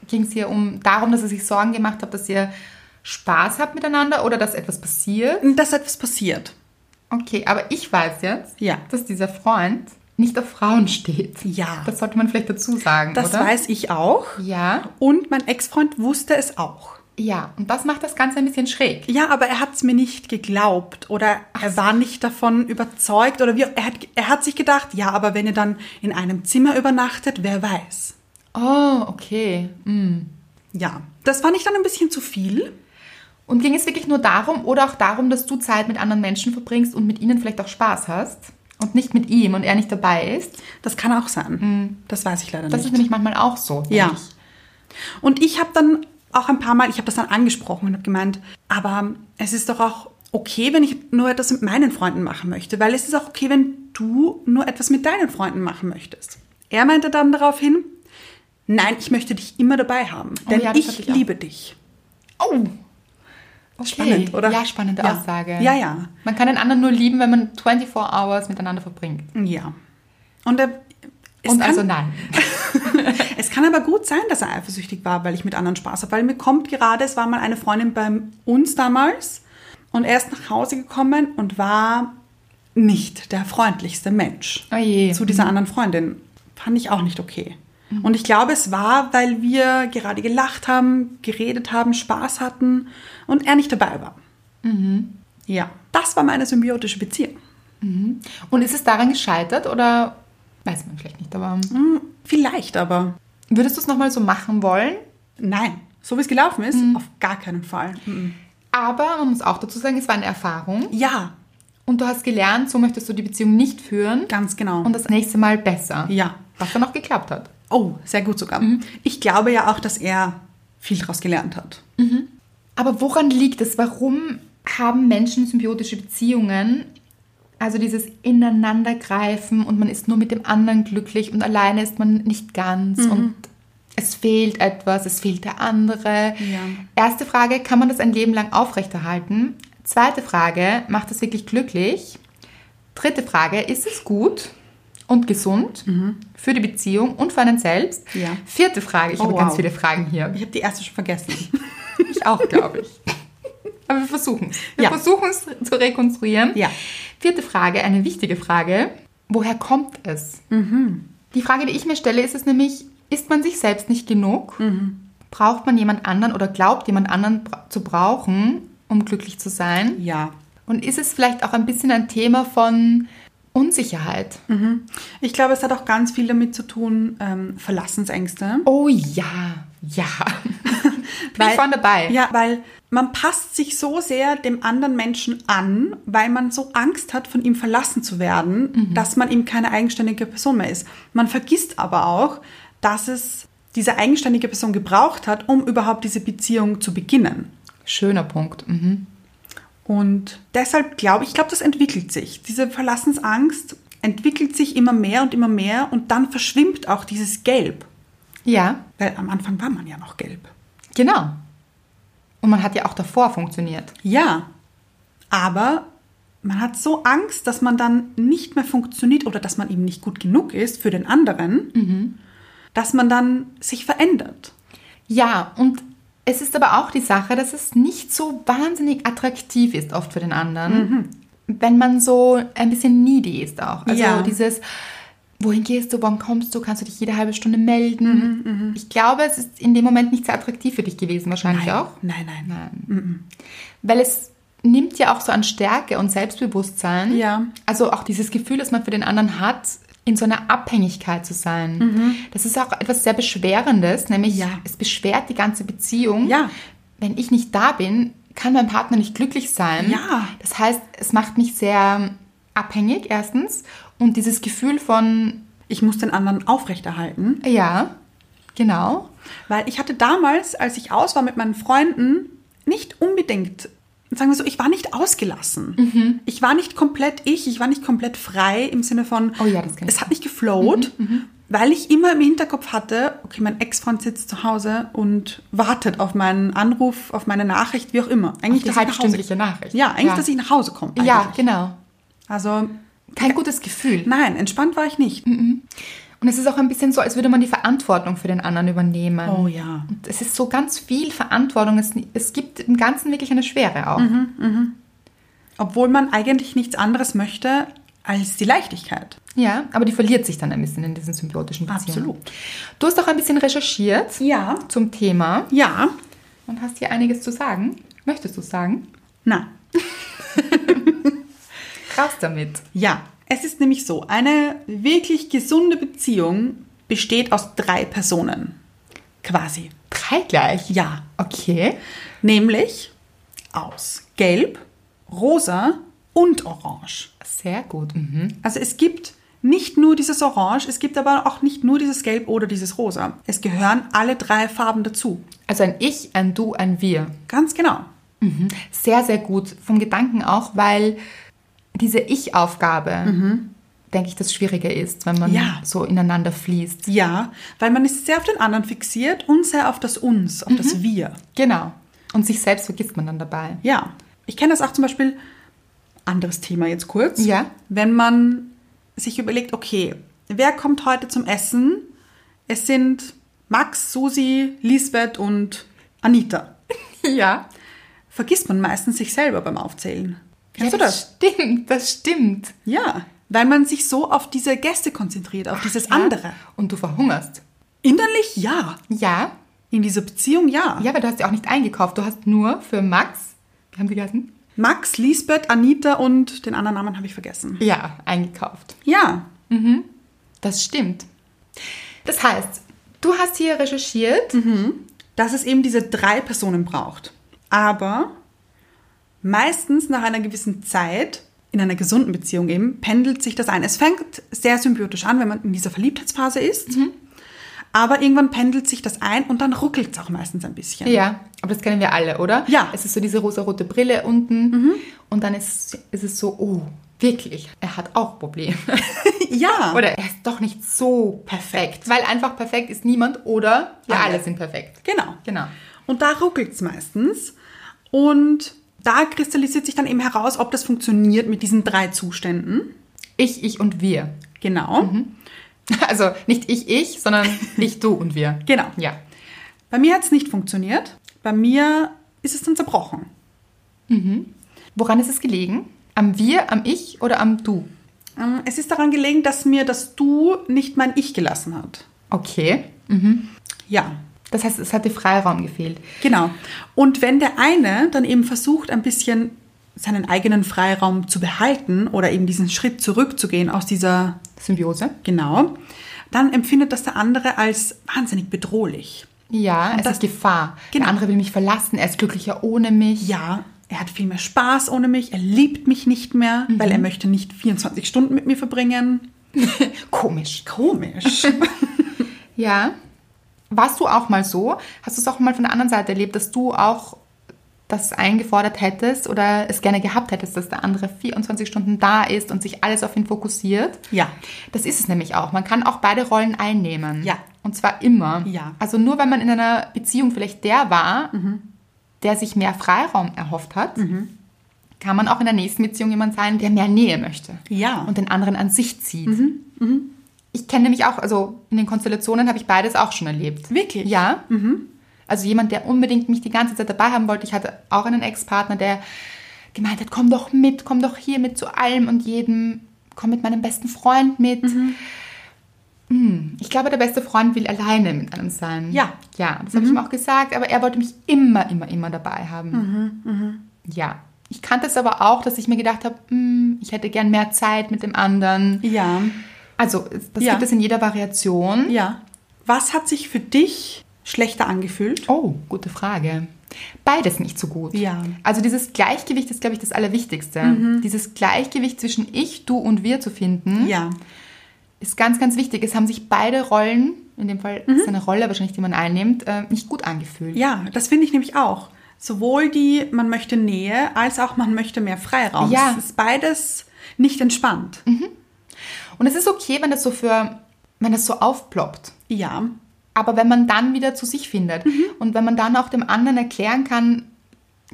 B: ging es hier um darum, dass er sich Sorgen gemacht hat, dass ihr Spaß habt miteinander oder dass etwas passiert?
A: Und Dass etwas passiert.
B: Okay, aber ich weiß jetzt,
A: Ja.
B: dass dieser Freund nicht auf Frauen steht.
A: Ja.
B: Das sollte man vielleicht dazu sagen,
A: Das
B: oder?
A: weiß ich auch.
B: Ja.
A: Und mein Ex-Freund wusste es auch.
B: Ja, und das macht das Ganze ein bisschen schräg.
A: Ja, aber er hat es mir nicht geglaubt oder er war nicht davon überzeugt oder wie, er, hat, er hat sich gedacht, ja, aber wenn ihr dann in einem Zimmer übernachtet, wer weiß.
B: Oh, okay. Mm.
A: Ja, das fand ich dann ein bisschen zu viel.
B: Und ging es wirklich nur darum oder auch darum, dass du Zeit mit anderen Menschen verbringst und mit ihnen vielleicht auch Spaß hast und nicht mit ihm und er nicht dabei ist?
A: Das kann auch sein. Das weiß ich leider
B: Mhm. Das
A: nicht.
B: ist nämlich manchmal auch so. denke
A: Ja.
B: Ich.
A: Und ich habe dann auch ein paar Mal, ich habe das dann angesprochen und habe gemeint, aber es ist doch auch okay, wenn ich nur etwas mit meinen Freunden machen möchte, weil es ist auch okay, wenn du nur etwas mit deinen Freunden machen möchtest. Er meinte dann daraufhin, nein, ich möchte dich immer dabei haben, denn
B: ja, das hatte
A: ich
B: ich auch.
A: liebe dich.
B: Oh.
A: Spannend, oder?
B: Ja, spannende
A: Ja.
B: Aussage.
A: Ja, ja.
B: Man kann den anderen nur lieben, wenn man 24 Hours miteinander verbringt.
A: Ja. Mhm. Und er, es,
B: Und
A: kann,
B: also nein.
A: es kann aber gut sein, dass er eifersüchtig war, weil ich mit anderen Spaß habe. Weil mir kommt gerade, es war mal eine Freundin bei uns damals und er ist nach Hause gekommen und war nicht der freundlichste Mensch
B: Oh je. Mhm.
A: zu dieser anderen Freundin. Fand ich auch nicht okay. Und ich glaube, es war, weil wir gerade gelacht haben, geredet haben, Spaß hatten und er nicht dabei war.
B: Mhm.
A: Ja, das war meine symbiotische Beziehung.
B: Und ist es daran gescheitert oder weiß man vielleicht nicht, aber
A: Hm, Vielleicht aber.
B: würdest du es nochmal so machen wollen?
A: Nein, so wie es gelaufen ist,
B: Mhm.
A: auf gar keinen Fall. Mhm.
B: Aber man muss auch dazu sagen, es war eine Erfahrung
A: Ja,
B: und du hast gelernt, so möchtest du die Beziehung nicht führen
A: ganz genau.
B: und das nächste Mal besser.
A: ja.
B: Was dann auch geklappt hat.
A: Oh, sehr gut sogar.
B: Mhm.
A: Ich glaube ja auch, dass er viel daraus gelernt hat.
B: Aber woran liegt es? Warum haben Menschen symbiotische Beziehungen? Also dieses Ineinandergreifen und man ist nur mit dem anderen glücklich und alleine ist man nicht ganz
A: Mhm.
B: und es fehlt etwas, es fehlt der andere.
A: Ja.
B: Erste Frage, kann man das ein Leben lang aufrechterhalten? Zweite Frage, macht es wirklich glücklich? Dritte Frage, ist es gut und gesund für die Beziehung und für einen selbst?
A: Mhm. Ja.
B: Vierte Frage, ich
A: Oh,
B: habe ganz
A: wow.
B: viele Fragen hier.
A: Ich habe die erste schon vergessen.
B: Ich auch, glaube ich. Aber wir versuchen es. Wir
A: Ja.
B: versuchen es zu rekonstruieren.
A: Ja.
B: Vierte Frage, eine wichtige Frage. Woher kommt es?
A: Mhm.
B: Die Frage, die ich mir stelle, ist es nämlich, ist man sich selbst nicht genug?
A: Mhm.
B: Braucht man jemand anderen oder glaubt jemand anderen bra- zu brauchen, um glücklich zu sein?
A: ja.
B: Und ist es vielleicht auch ein bisschen ein Thema von Unsicherheit?
A: Mhm. Ich glaube, es hat auch ganz viel damit zu tun, ähm, Verlassensängste.
B: Oh ja, ja. Bin ich vorne dabei.
A: Ja, weil man passt sich so sehr dem anderen Menschen an, weil man so Angst hat, von ihm verlassen zu werden,
B: Mhm.
A: dass man ihm keine eigenständige Person mehr ist. Man vergisst aber auch, dass es diese eigenständige Person gebraucht hat, um überhaupt diese Beziehung zu beginnen.
B: Schöner Punkt. Mhm.
A: Und deshalb glaube ich, ich glaube, das entwickelt sich. Diese Verlassensangst entwickelt sich immer mehr und immer mehr und dann verschwimmt auch dieses Gelb.
B: Ja,
A: Weil am Anfang war man ja noch gelb.
B: Genau. Und man hat ja auch davor funktioniert.
A: Ja, aber man hat so Angst, dass man dann nicht mehr funktioniert oder dass man eben nicht gut genug ist für den anderen, dass man dann sich verändert.
B: Ja, und es ist aber auch die Sache, dass es nicht so wahnsinnig attraktiv ist, oft für den
A: Mhm.
B: anderen, wenn man so ein bisschen needy ist auch. Also
A: Ja.
B: dieses, wohin gehst du, wann kommst du, kannst du dich jede halbe Stunde melden.
A: Mhm,
B: ich glaube, es ist in dem Moment nicht sehr attraktiv für dich gewesen, wahrscheinlich
A: nein.
B: auch.
A: Nein, nein.
B: Nein. Mhm. Weil es nimmt ja auch so an Stärke und Selbstbewusstsein.
A: Ja.
B: Also auch dieses Gefühl, das man für den anderen hat, in so einer Abhängigkeit zu sein. Das ist auch etwas sehr Beschwerendes, nämlich
A: Mhm. Ja.
B: es beschwert die ganze Beziehung.
A: Ja.
B: Wenn ich nicht da bin, kann mein Partner nicht glücklich sein.
A: Ja.
B: Das heißt, es macht mich sehr abhängig erstens und dieses Gefühl von,
A: Ich muss den anderen aufrechterhalten.
B: ja, genau.
A: Weil ich hatte damals, als ich aus war mit meinen Freunden, nicht unbedingt, sagen wir so, ich war nicht ausgelassen.
B: Mhm.
A: Ich war nicht komplett ich, ich war nicht komplett frei im Sinne von,
B: Oh ja, das kenn ich. Mhm,
A: es hat nicht geflowt, weil ich immer im Hinterkopf hatte, okay, mein Ex-Freund sitzt zu Hause und wartet auf meinen Anruf, auf meine Nachricht, wie auch immer. Eigentlich,
B: die
A: dass ich nach Hause-
B: halbstündliche Nachricht.
A: Ja, eigentlich,
B: Ja.
A: dass ich nach Hause komme.
B: Ja,
A: eigentlich.
B: genau.
A: Also,
B: Kein gutes Gefühl.
A: nein, entspannt war ich nicht.
B: Mhm. Und es ist auch ein bisschen so, als würde man die Verantwortung für den anderen übernehmen.
A: Oh ja.
B: Und es ist so ganz viel Verantwortung. Es, es gibt im Ganzen wirklich eine Schwere auch.
A: Mhm. Obwohl man eigentlich nichts anderes möchte als die Leichtigkeit.
B: Ja, aber die verliert sich dann ein bisschen in diesen symbiotischen Beziehungen.
A: Absolut.
B: Du hast auch ein bisschen recherchiert
A: Ja.
B: zum Thema
A: Ja.
B: und hast hier einiges zu sagen. Möchtest du sagen?
A: Na,
B: Raus damit.
A: Ja, es ist nämlich so, eine wirklich gesunde Beziehung besteht aus drei Personen. Quasi.
B: Drei gleich.
A: Ja.
B: Okay.
A: Nämlich aus Gelb, Rosa und Orange.
B: Sehr gut. Mhm.
A: Also es gibt nicht nur dieses Orange, es gibt aber auch nicht nur dieses Gelb oder dieses Rosa. Es gehören alle drei Farben dazu.
B: Also ein Ich, ein Du, ein Wir.
A: Ganz genau.
B: sehr, sehr gut vom Gedanken auch, weil diese Ich-Aufgabe, denke ich, das Schwierige ist, wenn man
A: Mhm. Ja.
B: so ineinander fließt.
A: Ja, weil man ist sehr auf den anderen fixiert und sehr auf das Uns, auf das Wir.
B: Genau. Und sich selbst vergisst man dann dabei.
A: Ja, ich kenne das auch zum Beispiel, anderes Thema jetzt kurz.
B: Ja.
A: Wenn man sich überlegt, okay, wer kommt heute zum Essen? Es sind Max, Susi, Lisbeth und Anita.
B: Ja.
A: Vergisst man meistens sich selber beim Aufzählen. Kennst
B: ja,
A: du das?
B: Stimmt, das stimmt.
A: Ja, weil man sich so auf diese Gäste konzentriert, auf dieses andere.
B: Und du verhungerst.
A: Innerlich ja.
B: Ja.
A: In dieser Beziehung ja.
B: Ja, aber du hast ja auch nicht eingekauft. Du hast nur für Max, wie haben die geheißen?
A: Max, Lisbeth, Anita und den anderen Namen habe ich vergessen.
B: Ja, eingekauft.
A: Ja,
B: Das stimmt. Das heißt, du hast hier recherchiert.
A: dass es eben diese drei Personen braucht. Aber meistens nach einer gewissen Zeit, in einer gesunden Beziehung eben, pendelt sich das ein. Es fängt sehr symbiotisch an, wenn man in dieser Verliebtheitsphase ist. Aber irgendwann pendelt sich das ein und dann ruckelt es auch meistens ein bisschen.
B: Ja, aber das kennen wir alle, oder?
A: Ja. Mhm.
B: Es ist so diese rosarote Brille unten. Und dann ist, ist es so, oh, wirklich, er hat auch Probleme.
A: Ja.
B: oder er ist doch nicht so perfekt. Weil einfach perfekt ist niemand oder wir
A: Alle.
B: alle sind perfekt.
A: Genau.
B: Genau.
A: Und da ruckelt es meistens. Und da kristallisiert sich dann eben heraus, ob das funktioniert mit diesen drei Zuständen.
B: Ich, ich und wir.
A: Genau.
B: Also nicht ich, ich, sondern ich, du und wir.
A: Genau.
B: Ja.
A: Bei mir hat es nicht funktioniert. Bei mir ist es dann zerbrochen.
B: Woran ist es gelegen? Am wir, am ich oder am du?
A: Ähm, Es ist daran gelegen, dass mir das Du nicht mein Ich gelassen hat.
B: Okay.
A: Ja,
B: Das heißt, es hat dir Freiraum gefehlt.
A: genau. Und wenn der eine dann eben versucht, ein bisschen seinen eigenen Freiraum zu behalten oder eben diesen Schritt zurückzugehen aus dieser
B: Symbiose?
A: Genau, dann empfindet das der andere als wahnsinnig bedrohlich.
B: Ja, es
A: das-
B: ist Gefahr.
A: Genau.
B: Der andere will mich verlassen, er ist glücklicher ohne mich.
A: Ja, er hat viel mehr Spaß ohne mich, er liebt mich nicht mehr, weil er möchte nicht 24 Stunden mit mir verbringen.
B: Komisch.
A: Komisch.
B: Ja. Warst du auch mal so? Hast du es auch mal von der anderen Seite erlebt, dass du auch das eingefordert hättest oder es gerne gehabt hättest, dass der andere 24 Stunden da ist und sich alles auf ihn fokussiert?
A: Ja.
B: Das ist es nämlich auch. Man kann auch beide Rollen einnehmen.
A: Ja.
B: Und zwar immer.
A: Ja. Mhm.
B: Also nur wenn man in einer Beziehung vielleicht der war, der sich mehr Freiraum erhofft hat, kann man auch in der nächsten Beziehung jemand sein, der mehr Nähe möchte.
A: Ja.
B: Und den anderen an sich zieht. Ich kenne nämlich auch, also in den Konstellationen habe ich beides auch schon erlebt.
A: Wirklich?
B: Ja. Also jemand, der unbedingt mich die ganze Zeit dabei haben wollte. Ich hatte auch einen Ex-Partner, der gemeint hat, komm doch mit, komm doch hier mit zu allem und jedem, komm mit meinem besten Freund mit.
A: Mhm.
B: Hm, Ich glaube, der beste Freund will alleine mit einem sein.
A: Ja. Mhm.
B: Ja, das habe ich ihm auch gesagt, aber er wollte mich immer, immer, immer dabei haben.
A: Mhm,
B: Ja. Ich kannte es aber auch, dass ich mir gedacht habe, hm, ich hätte gern mehr Zeit mit dem anderen.
A: ja,
B: Also, das
A: Ja.
B: gibt es in jeder Variation.
A: ja. Was hat sich für dich schlechter angefühlt?
B: Oh, gute Frage. Beides nicht so gut.
A: Ja. Mhm.
B: Also dieses Gleichgewicht ist, glaube ich, das Allerwichtigste. Dieses Gleichgewicht zwischen ich, du und wir zu finden,
A: Ja,
B: ist ganz, ganz wichtig. Es haben sich beide Rollen, in dem Fall ist eine Rolle wahrscheinlich, die man einnimmt, äh, nicht gut angefühlt.
A: Mhm. ja, das finde ich nämlich auch. Sowohl die, man möchte Nähe, als auch man möchte mehr Freiraum.
B: Ja.
A: Es ist beides nicht entspannt.
B: Und es ist okay, wenn das so für, wenn das so aufploppt.
A: Ja,
B: Aber wenn man dann wieder zu sich findet
A: Mhm.
B: und wenn man dann auch dem anderen erklären kann,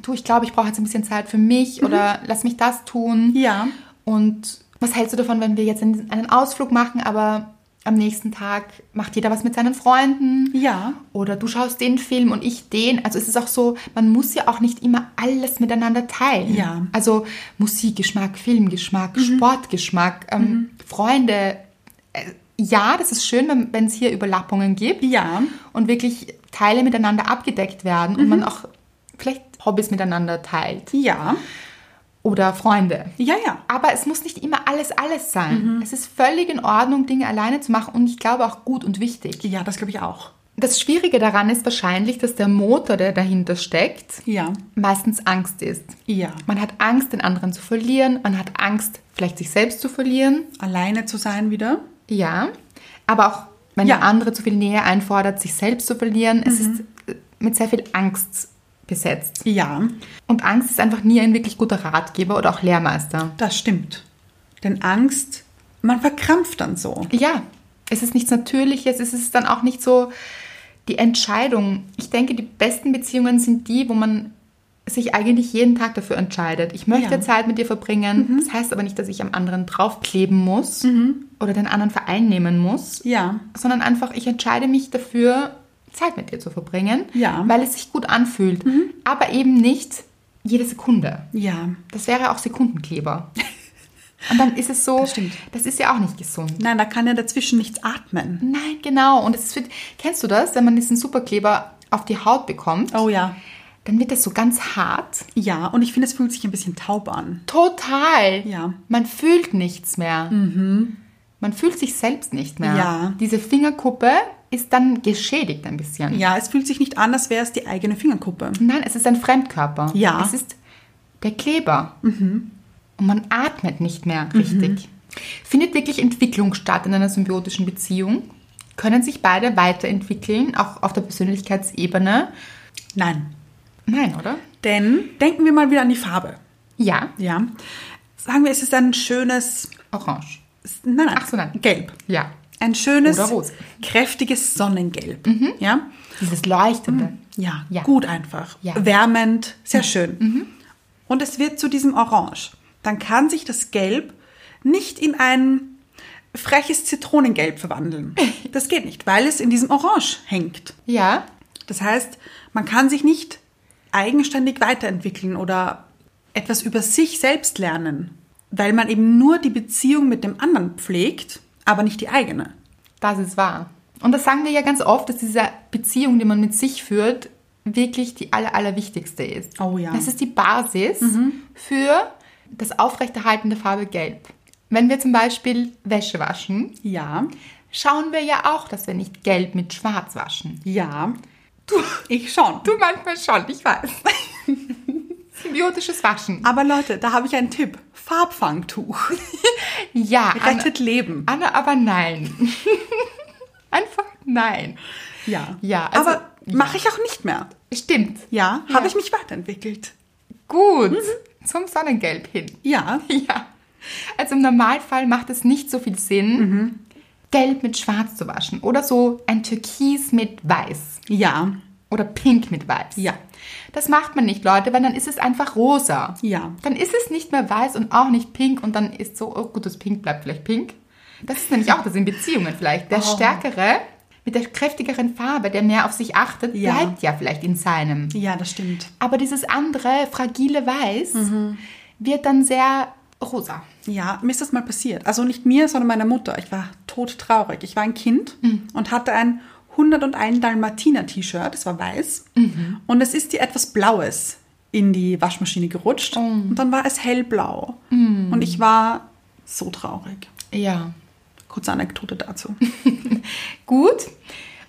B: du, ich glaube, ich brauche jetzt ein bisschen Zeit für
A: Mhm.
B: mich oder lass mich das tun.
A: Ja.
B: Und was hältst du davon, wenn wir jetzt einen einen Ausflug machen, aber am nächsten Tag macht jeder was mit seinen Freunden?
A: ja,
B: Oder du schaust den Film und ich den. Also es ist auch so, man muss ja auch nicht immer alles miteinander teilen.
A: Ja.
B: Also Musikgeschmack, Filmgeschmack, Sportgeschmack, ähm, Freunde. Äh, Ja, das ist schön, wenn- wenn es hier Überlappungen gibt
A: ja.
B: und wirklich Teile miteinander abgedeckt werden und man auch vielleicht Hobbys miteinander teilt
A: Ja,
B: oder Freunde.
A: ja, ja.
B: Aber es muss nicht immer alles alles sein. Es ist völlig in Ordnung, Dinge alleine zu machen und ich glaube auch gut und wichtig.
A: Ja, das glaube ich auch.
B: Das Schwierige daran ist wahrscheinlich, dass der Motor, der dahinter steckt,
A: Ja,
B: meistens Angst ist.
A: ja.
B: Man hat Angst, den anderen zu verlieren, man hat Angst, vielleicht sich selbst zu verlieren.
A: Alleine zu sein wieder.
B: Ja, aber auch wenn
A: Ja.
B: der andere zu viel Nähe einfordert, sich selbst zu verlieren, es ist äh, mit sehr viel Angst besetzt.
A: Ja,
B: Und Angst ist einfach nie ein wirklich guter Ratgeber oder auch Lehrmeister.
A: das stimmt. Denn Angst, man verkrampft dann so.
B: Ja, es ist nichts Natürliches, es ist dann auch nicht so Die Entscheidung. Ich denke, die besten Beziehungen sind die, wo man sich eigentlich jeden Tag dafür entscheidet. Ich möchte
A: Ja. Mhm.
B: Zeit mit dir verbringen. Das heißt aber nicht, dass ich am anderen draufkleben muss oder den anderen vereinnehmen muss,
A: Ja.
B: sondern einfach, ich entscheide mich dafür, Zeit mit dir zu verbringen,
A: Ja. Mhm.
B: weil es sich gut anfühlt. Aber eben nicht jede Sekunde.
A: Ja.
B: Das wäre auch Sekundenkleber. Und dann ist es so, das,
A: stimmt.
B: ist ja auch nicht gesund.
A: Nein, da kann ja dazwischen nichts atmen.
B: Nein, genau. Und es wird, kennst du das, wenn man diesen Superkleber auf die Haut bekommt,
A: Oh ja.
B: dann wird das so ganz hart.
A: Ja, und ich finde, es fühlt sich ein bisschen taub an.
B: Total.
A: Ja. Mhm.
B: Man fühlt nichts mehr. Man fühlt sich selbst nicht mehr.
A: Ja.
B: Diese Fingerkuppe ist dann geschädigt ein bisschen.
A: Ja, es fühlt sich nicht an, als wäre es die eigene Fingerkuppe.
B: Nein, es ist ein Fremdkörper.
A: Ja. Mhm.
B: Es ist der Kleber. Und man atmet nicht mehr richtig. Findet wirklich Entwicklung statt in einer symbiotischen Beziehung? Können sich beide weiterentwickeln, auch auf der Persönlichkeitsebene?
A: Nein.
B: Nein, oder?
A: Denn denken wir mal wieder an die Farbe.
B: Ja,
A: Ja. Sagen wir, es ist ein schönes.
B: orange.
A: Nein, nein.
B: Ach so, nein.
A: Gelb.
B: Ja.
A: Ein schönes,
B: Oder rot.
A: kräftiges Sonnengelb. Ja?
B: Dieses Leuchtende.
A: ja?
B: Ja.
A: gut einfach.
B: Ja. Mhm.
A: Wärmend, sehr schön. Und es wird zu diesem Orange. Dann kann sich das Gelb nicht in ein freches Zitronengelb verwandeln. Das geht nicht, weil es in diesem Orange hängt.
B: Ja.
A: Das heißt, man kann sich nicht eigenständig weiterentwickeln oder etwas über sich selbst lernen, weil man eben nur die Beziehung mit dem anderen pflegt, aber nicht die eigene.
B: Das ist wahr. Und das sagen wir ja ganz oft, dass diese Beziehung, die man mit sich führt, wirklich die aller, allerwichtigste ist.
A: Oh ja.
B: Das ist die Basis für das Aufrechterhalten der Farbe Gelb. Wenn wir zum Beispiel Wäsche waschen,
A: Ja,
B: schauen wir ja auch, dass wir nicht Gelb mit Schwarz waschen.
A: ja. ich schon.
B: Du manchmal schon, ich weiß. Symbiotisches Waschen.
A: Aber Leute, da habe ich einen Tipp. Farbfangtuch.
B: Ja, Anna,
A: Rettet Leben.
B: Anna aber nein. Einfach nein.
A: Ja.
B: Ja, also-
A: aber mache ich auch nicht mehr.
B: Stimmt.
A: Ja, habe ich mich weiterentwickelt.
B: Gut. Zum Sonnengelb hin.
A: Ja.
B: Ja. Also im Normalfall macht es nicht so viel Sinn, Gelb mit Schwarz zu waschen oder so ein Türkis mit Weiß
A: Ja.
B: oder Pink mit Weiß.
A: Ja.
B: Das macht man nicht, Leute, weil dann ist es einfach rosa.
A: Ja.
B: Dann ist es nicht mehr weiß und auch nicht pink und dann ist so, oh gut, das Pink bleibt vielleicht pink. Das ist nämlich auch das in Beziehungen vielleicht.
A: Oh.
B: Der Stärkere mit der kräftigeren Farbe, der mehr auf sich achtet,
A: Ja.
B: bleibt ja vielleicht in seinem.
A: Ja, das stimmt.
B: Aber dieses andere, fragile Weiß,
A: Mhm.
B: wird dann sehr rosa.
A: Ja, mir ist das mal passiert. Also nicht mir, sondern meiner Mutter. Ich war todtraurig. Ich war ein Kind
B: Mhm.
A: und hatte ein 101 Dalmatiner T-Shirt, das war weiß.
B: Mhm.
A: Und es ist dir etwas Blaues in die Waschmaschine gerutscht.
B: Oh.
A: Und dann war es hellblau.
B: Mhm.
A: Und ich war so traurig.
B: Ja.
A: Kurze Anekdote dazu. Also
B: Gut.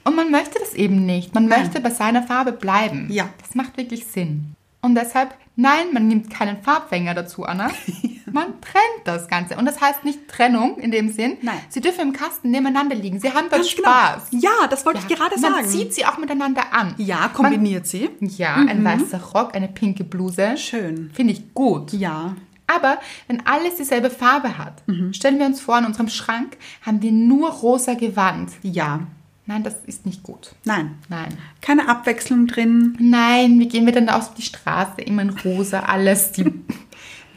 B: Und man möchte das eben nicht. Man möchte bei seiner Farbe bleiben.
A: Ja.
B: Das macht wirklich Sinn. Und deshalb, nein, man nimmt keinen Farbfänger dazu, Anna. Man trennt das Ganze. Und das heißt nicht Trennung in dem Sinn.
A: Nein.
B: Sie dürfen im Kasten nebeneinander liegen. Sie haben dort
A: Ganz genau.
B: Spaß.
A: Ja, das wollte ich gerade
B: man
A: sagen.
B: zieht sie auch miteinander an.
A: ja, kombiniert Mhm. sie.
B: Man, ja, ein weißer Rock, eine pinke Bluse.
A: Schön.
B: Finde ich gut.
A: Ja.
B: Aber wenn alles dieselbe Farbe hat,
A: Mhm.
B: stellen wir uns vor, in unserem Schrank haben wir nur rosa Gewand.
A: Ja.
B: Nein, das ist nicht gut.
A: Nein.
B: Nein.
A: Keine Abwechslung drin.
B: Nein, wie gehen wir denn auf die Straße? Immer in rosa alles.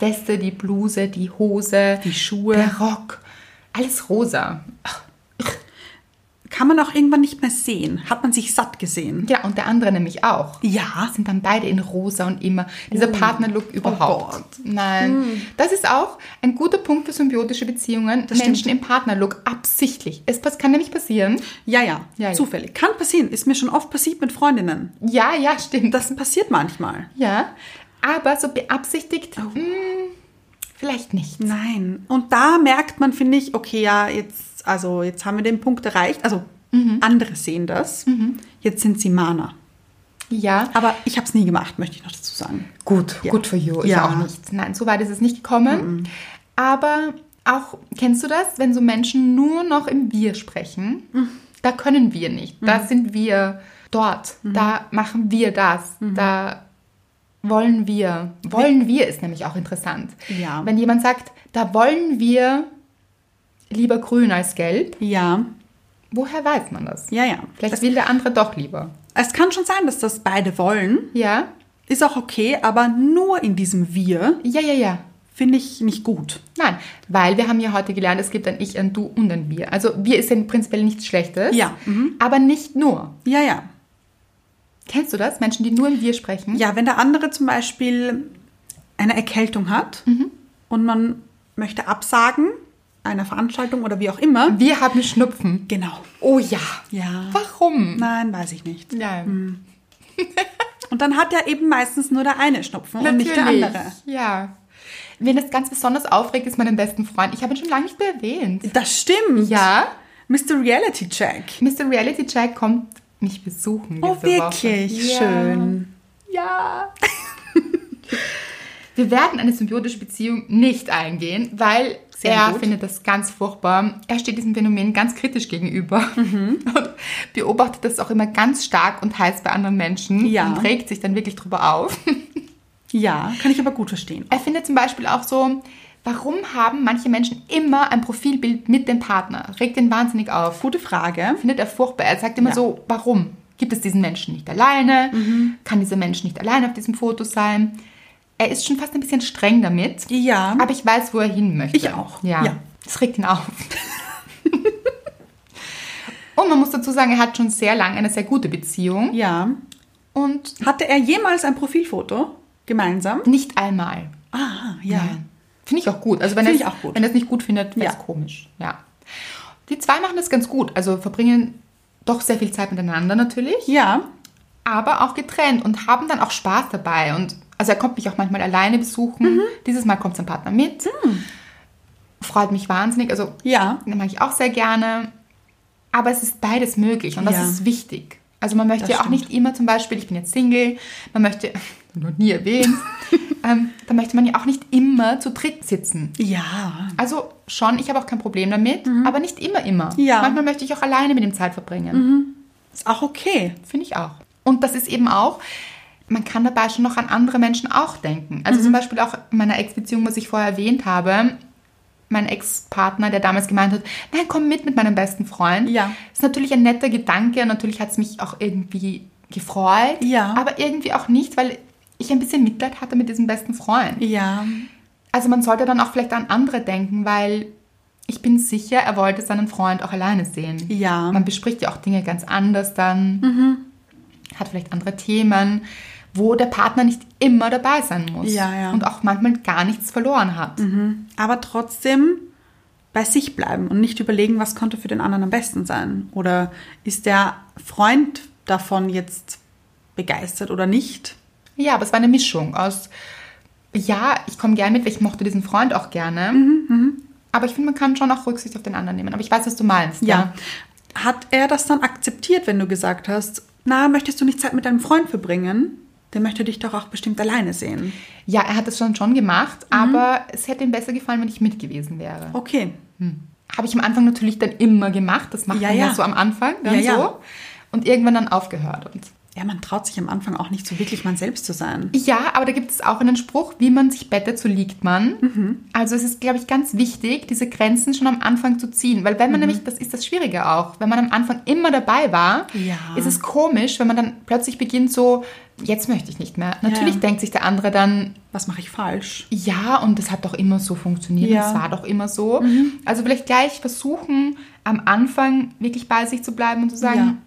B: Die Weste, die Bluse, die Hose,
A: Die Schuhe.
B: der Rock. Alles rosa.
A: Kann man auch irgendwann nicht mehr sehen. Hat man sich satt gesehen.
B: Ja, und der andere nämlich auch.
A: Ja.
B: Sind dann beide in rosa und immer. Dieser Partnerlook überhaupt.
A: Oh, Gott. Hm.
B: Nein. Das ist auch ein guter Punkt für symbiotische Beziehungen.
A: Das
B: Menschen im Partnerlook absichtlich. Es pass- kann nämlich passieren.
A: Ja, ja,
B: Ja, ja.
A: zufällig. Kann passieren. Ist mir schon oft passiert mit Freundinnen.
B: Ja, ja, stimmt.
A: Das passiert manchmal.
B: Ja. Aber so beabsichtigt,
A: Oh.
B: mm, vielleicht nicht.
A: Hm. Nein. Und da merkt man, finde ich, okay, ja, jetzt, also jetzt haben wir den Punkt erreicht. Also andere sehen das. Jetzt sind sie Mana.
B: Ja.
A: Aber ich habe es nie gemacht, möchte ich noch dazu sagen.
B: Gut,
A: Ja.
B: good for you. Ich
A: Ja.
B: auch nicht. Nein, so weit ist es nicht gekommen. Aber auch, kennst du das, wenn so Menschen nur noch im Wir sprechen?
A: Mm.
B: Da können wir nicht. Da sind wir dort.
A: Mm-hmm.
B: Da machen wir das. Da wollen wir. Wollen wir ist nämlich auch interessant.
A: Ja.
B: Wenn jemand sagt, da wollen wir lieber grün als gelb,
A: Ja,
B: Woher weiß man das?
A: Ja, ja.
B: Vielleicht
A: Es,
B: will der andere doch lieber.
A: es kann schon sein, dass das beide wollen.
B: Ja?
A: Ist auch okay, aber nur in diesem Wir
B: Ja, ja, ja.
A: finde ich nicht gut.
B: Nein, weil wir haben ja heute gelernt, es gibt ein Ich, ein Du und ein Wir. Also Wir ist ja prinzipiell nichts Schlechtes,
A: Ja, mhm.
B: aber nicht nur.
A: Ja, ja.
B: Kennst du das? Menschen, die nur im Wir sprechen?
A: Ja, wenn der andere zum Beispiel eine Erkältung hat und man möchte absagen einer Veranstaltung oder wie auch immer.
B: Wir haben Schnupfen.
A: Genau.
B: Oh ja.
A: Ja. mhm.
B: Warum?
A: Nein, weiß ich nicht.
B: Ja,
A: Und dann hat ja eben meistens nur der eine Schnupfen und nicht der
B: natürlich.
A: andere.
B: Ja. Wen das ganz besonders aufregt, ist meinen besten Freund. Ich habe ihn schon lange nicht mehr erwähnt.
A: Das stimmt.
B: Ja?
A: Mr. Reality Check.
B: Mr. Reality Check kommt mich besuchen.
A: Oh,
B: diese
A: wirklich
B: Woche.
A: schön.
B: Ja. Wir werden eine symbiotische Beziehung nicht eingehen, weil
A: Sehr
B: er
A: gut.
B: findet das ganz furchtbar. Er steht diesem Phänomen ganz kritisch gegenüber
A: Mhm.
B: und beobachtet das auch immer ganz stark und heiß bei anderen Menschen
A: Ja.
B: und regt sich dann wirklich drüber auf.
A: Ja, kann ich aber gut verstehen.
B: Er findet zum Beispiel auch so, warum haben manche Menschen immer ein Profilbild mit dem Partner? Regt ihn wahnsinnig auf.
A: Gute Frage.
B: findet er furchtbar. Er sagt immer
A: Ja.
B: so, warum? Gibt es diesen Menschen nicht alleine?
A: Mhm.
B: Kann dieser Mensch nicht allein auf diesem Foto sein? Er ist schon fast ein bisschen streng damit,
A: Ja.
B: aber ich weiß, wo er hin möchte.
A: Ich auch,
B: Ja.
A: ja.
B: Das regt ihn auf. Und man muss dazu sagen, er hat schon sehr lange eine sehr gute Beziehung
A: ja.
B: und
A: Hatte er jemals ein Profilfoto gemeinsam?
B: nicht einmal.
A: Ah, ja.
B: Ja. Finde ich auch gut. Also wenn er
A: Finde
B: es
A: ich auch gut.
B: wenn er es nicht gut findet, wäre es
A: Ja.
B: komisch. Ja. Die zwei machen das ganz gut. Also verbringen doch sehr viel Zeit miteinander natürlich.
A: Ja.
B: aber auch getrennt und haben dann auch Spaß dabei. Und also er kommt mich auch manchmal alleine
A: Mhm.
B: besuchen. Dieses Mal kommt sein Partner mit. Freut mich wahnsinnig. Also
A: Ja.
B: den mag ich auch sehr gerne. Aber es ist beides möglich und das
A: Ja.
B: ist wichtig. Also man möchte
A: Das
B: ja auch
A: stimmt.
B: nicht immer zum Beispiel, ich bin jetzt Single, man möchte, noch nie erwähnt, ähm, da möchte man ja auch nicht immer zu dritt sitzen.
A: Ja.
B: Also schon, ich habe auch kein Problem damit, aber nicht immer, immer.
A: Mhm. Ja.
B: Manchmal möchte ich auch alleine mit ihm Zeit verbringen.
A: Ist auch okay.
B: Finde ich auch. Und das ist eben auch, man kann dabei schon noch an andere Menschen auch denken. Also
A: Mhm.
B: zum Beispiel auch in meiner Ex-Beziehung, was ich vorher erwähnt habe, mein Ex-Partner, der damals gemeint hat, nein, komm mit mit meinem besten Freund.
A: Ja.
B: Ist natürlich ein netter Gedanke und natürlich hat es mich auch irgendwie gefreut.
A: Ja.
B: Aber irgendwie auch nicht, weil ich ein bisschen Mitleid hatte mit diesem besten Freund.
A: Ja.
B: Also man sollte dann auch vielleicht an andere denken, weil ich bin sicher, er wollte seinen Freund auch alleine sehen.
A: Ja. Mhm.
B: Man bespricht ja auch Dinge ganz anders dann, hat vielleicht andere Themen, wo der Partner nicht immer dabei sein muss
A: Ja, Mhm. ja.
B: und auch manchmal gar nichts verloren hat.
A: Aber trotzdem bei sich bleiben und nicht überlegen, was konnte für den anderen am besten sein. Oder ist der Freund davon jetzt begeistert oder nicht?
B: Ja, aber es war eine Mischung aus, ja, ich komme gern mit, weil ich mochte diesen Freund auch gerne,
A: Mhm,
B: aber ich finde, man kann schon auch Rücksicht auf den anderen nehmen. Aber ich weiß, was du meinst.
A: Ja. Hat er das dann akzeptiert, wenn du gesagt hast, na, möchtest du nicht Zeit mit deinem Freund verbringen? Der möchte dich doch auch bestimmt alleine sehen.
B: Ja, er hat es schon schon gemacht,
A: Mhm.
B: aber es hätte ihm besser gefallen, wenn ich mit gewesen wäre.
A: Okay.
B: Habe ich am Anfang natürlich dann immer gemacht. Das macht
A: Ja,
B: man ja.
A: ja.
B: so am Anfang, dann
A: Ja, ja.
B: so. Und irgendwann dann aufgehört. Und
A: Ja, man traut sich am Anfang auch nicht so wirklich man selbst zu sein.
B: ja, aber da gibt es auch einen Spruch, wie man sich bettet, so liegt man.
A: Mhm.
B: Also es ist, glaube ich, ganz wichtig, diese Grenzen schon am Anfang zu ziehen. Weil wenn
A: Mhm.
B: man nämlich, das ist das Schwierige auch, wenn man am Anfang immer dabei war,
A: Ja.
B: ist es komisch, wenn man dann plötzlich beginnt so, jetzt möchte ich nicht mehr. Natürlich
A: Ja.
B: denkt sich der andere dann,
A: Was mache ich falsch?
B: ja, und das hat doch immer so funktioniert,
A: Ja. Mhm.
B: das war doch immer so. Also vielleicht gleich versuchen, am Anfang wirklich bei sich zu bleiben und zu sagen,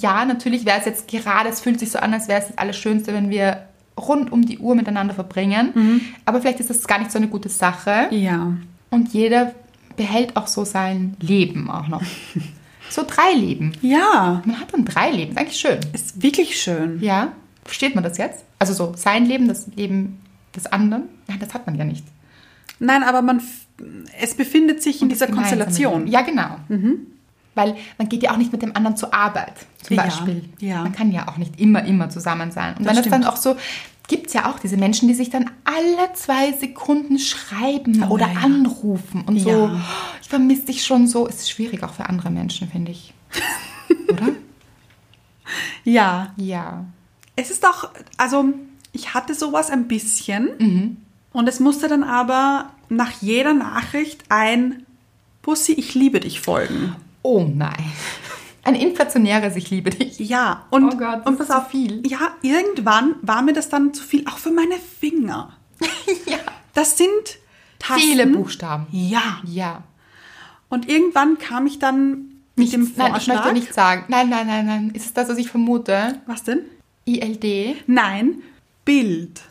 B: ja, natürlich wäre es jetzt gerade, es fühlt sich so an, als wäre es das Allerschönste, wenn wir rund um die Uhr miteinander verbringen. Aber vielleicht ist das gar nicht so eine gute Sache.
A: Mhm. Ja.
B: Und jeder behält auch so sein Leben auch noch. so drei Leben.
A: Ja,
B: Man hat dann drei Leben, ist eigentlich schön.
A: ist wirklich schön.
B: Ja, versteht man das jetzt? Also so sein Leben, das Leben des anderen? Nein, das hat man ja nicht.
A: Nein, aber man, f- es befindet sich in
B: das
A: dieser
B: gemeinsame Leben.
A: Konstellation. Mhm.
B: Ja, genau. Weil man geht ja auch nicht mit dem anderen zur Arbeit, zum
A: Ja,
B: Beispiel.
A: ja.
B: Man kann ja auch nicht immer, immer zusammen sein. Und
A: Das
B: wenn das dann
A: stimmt.
B: auch so, gibt es ja auch diese Menschen, die sich dann alle zwei Sekunden schreiben
A: Oh,
B: oder
A: ja.
B: anrufen und so,
A: Ja.
B: "Oh, ich vermisse dich schon so. Ist schwierig auch für andere Menschen, finde ich. oder?
A: Ja.
B: Ja.
A: Es ist auch, also ich hatte sowas ein bisschen
B: Mhm.
A: und es musste dann aber nach jeder Nachricht ein Bussi, ich liebe dich folgen.
B: Oh nein. Ein inflationäres Ich liebe dich.
A: Ja, und,
B: Oh Gott, das
A: und
B: ist
A: pass
B: zu
A: auf,
B: viel.
A: Ja, irgendwann war mir das dann zu viel, auch für meine Finger.
B: Ja.
A: Das sind Tasten.
B: Viele Buchstaben.
A: Ja.
B: Ja.
A: Und irgendwann kam ich dann mit dem
B: Nein, ich
A: Vorschlag.
B: möchte nicht sagen. Nein, nein, nein, nein. Ist es das, was ich vermute?
A: Was denn?
B: ILD?
A: Nein, Bild.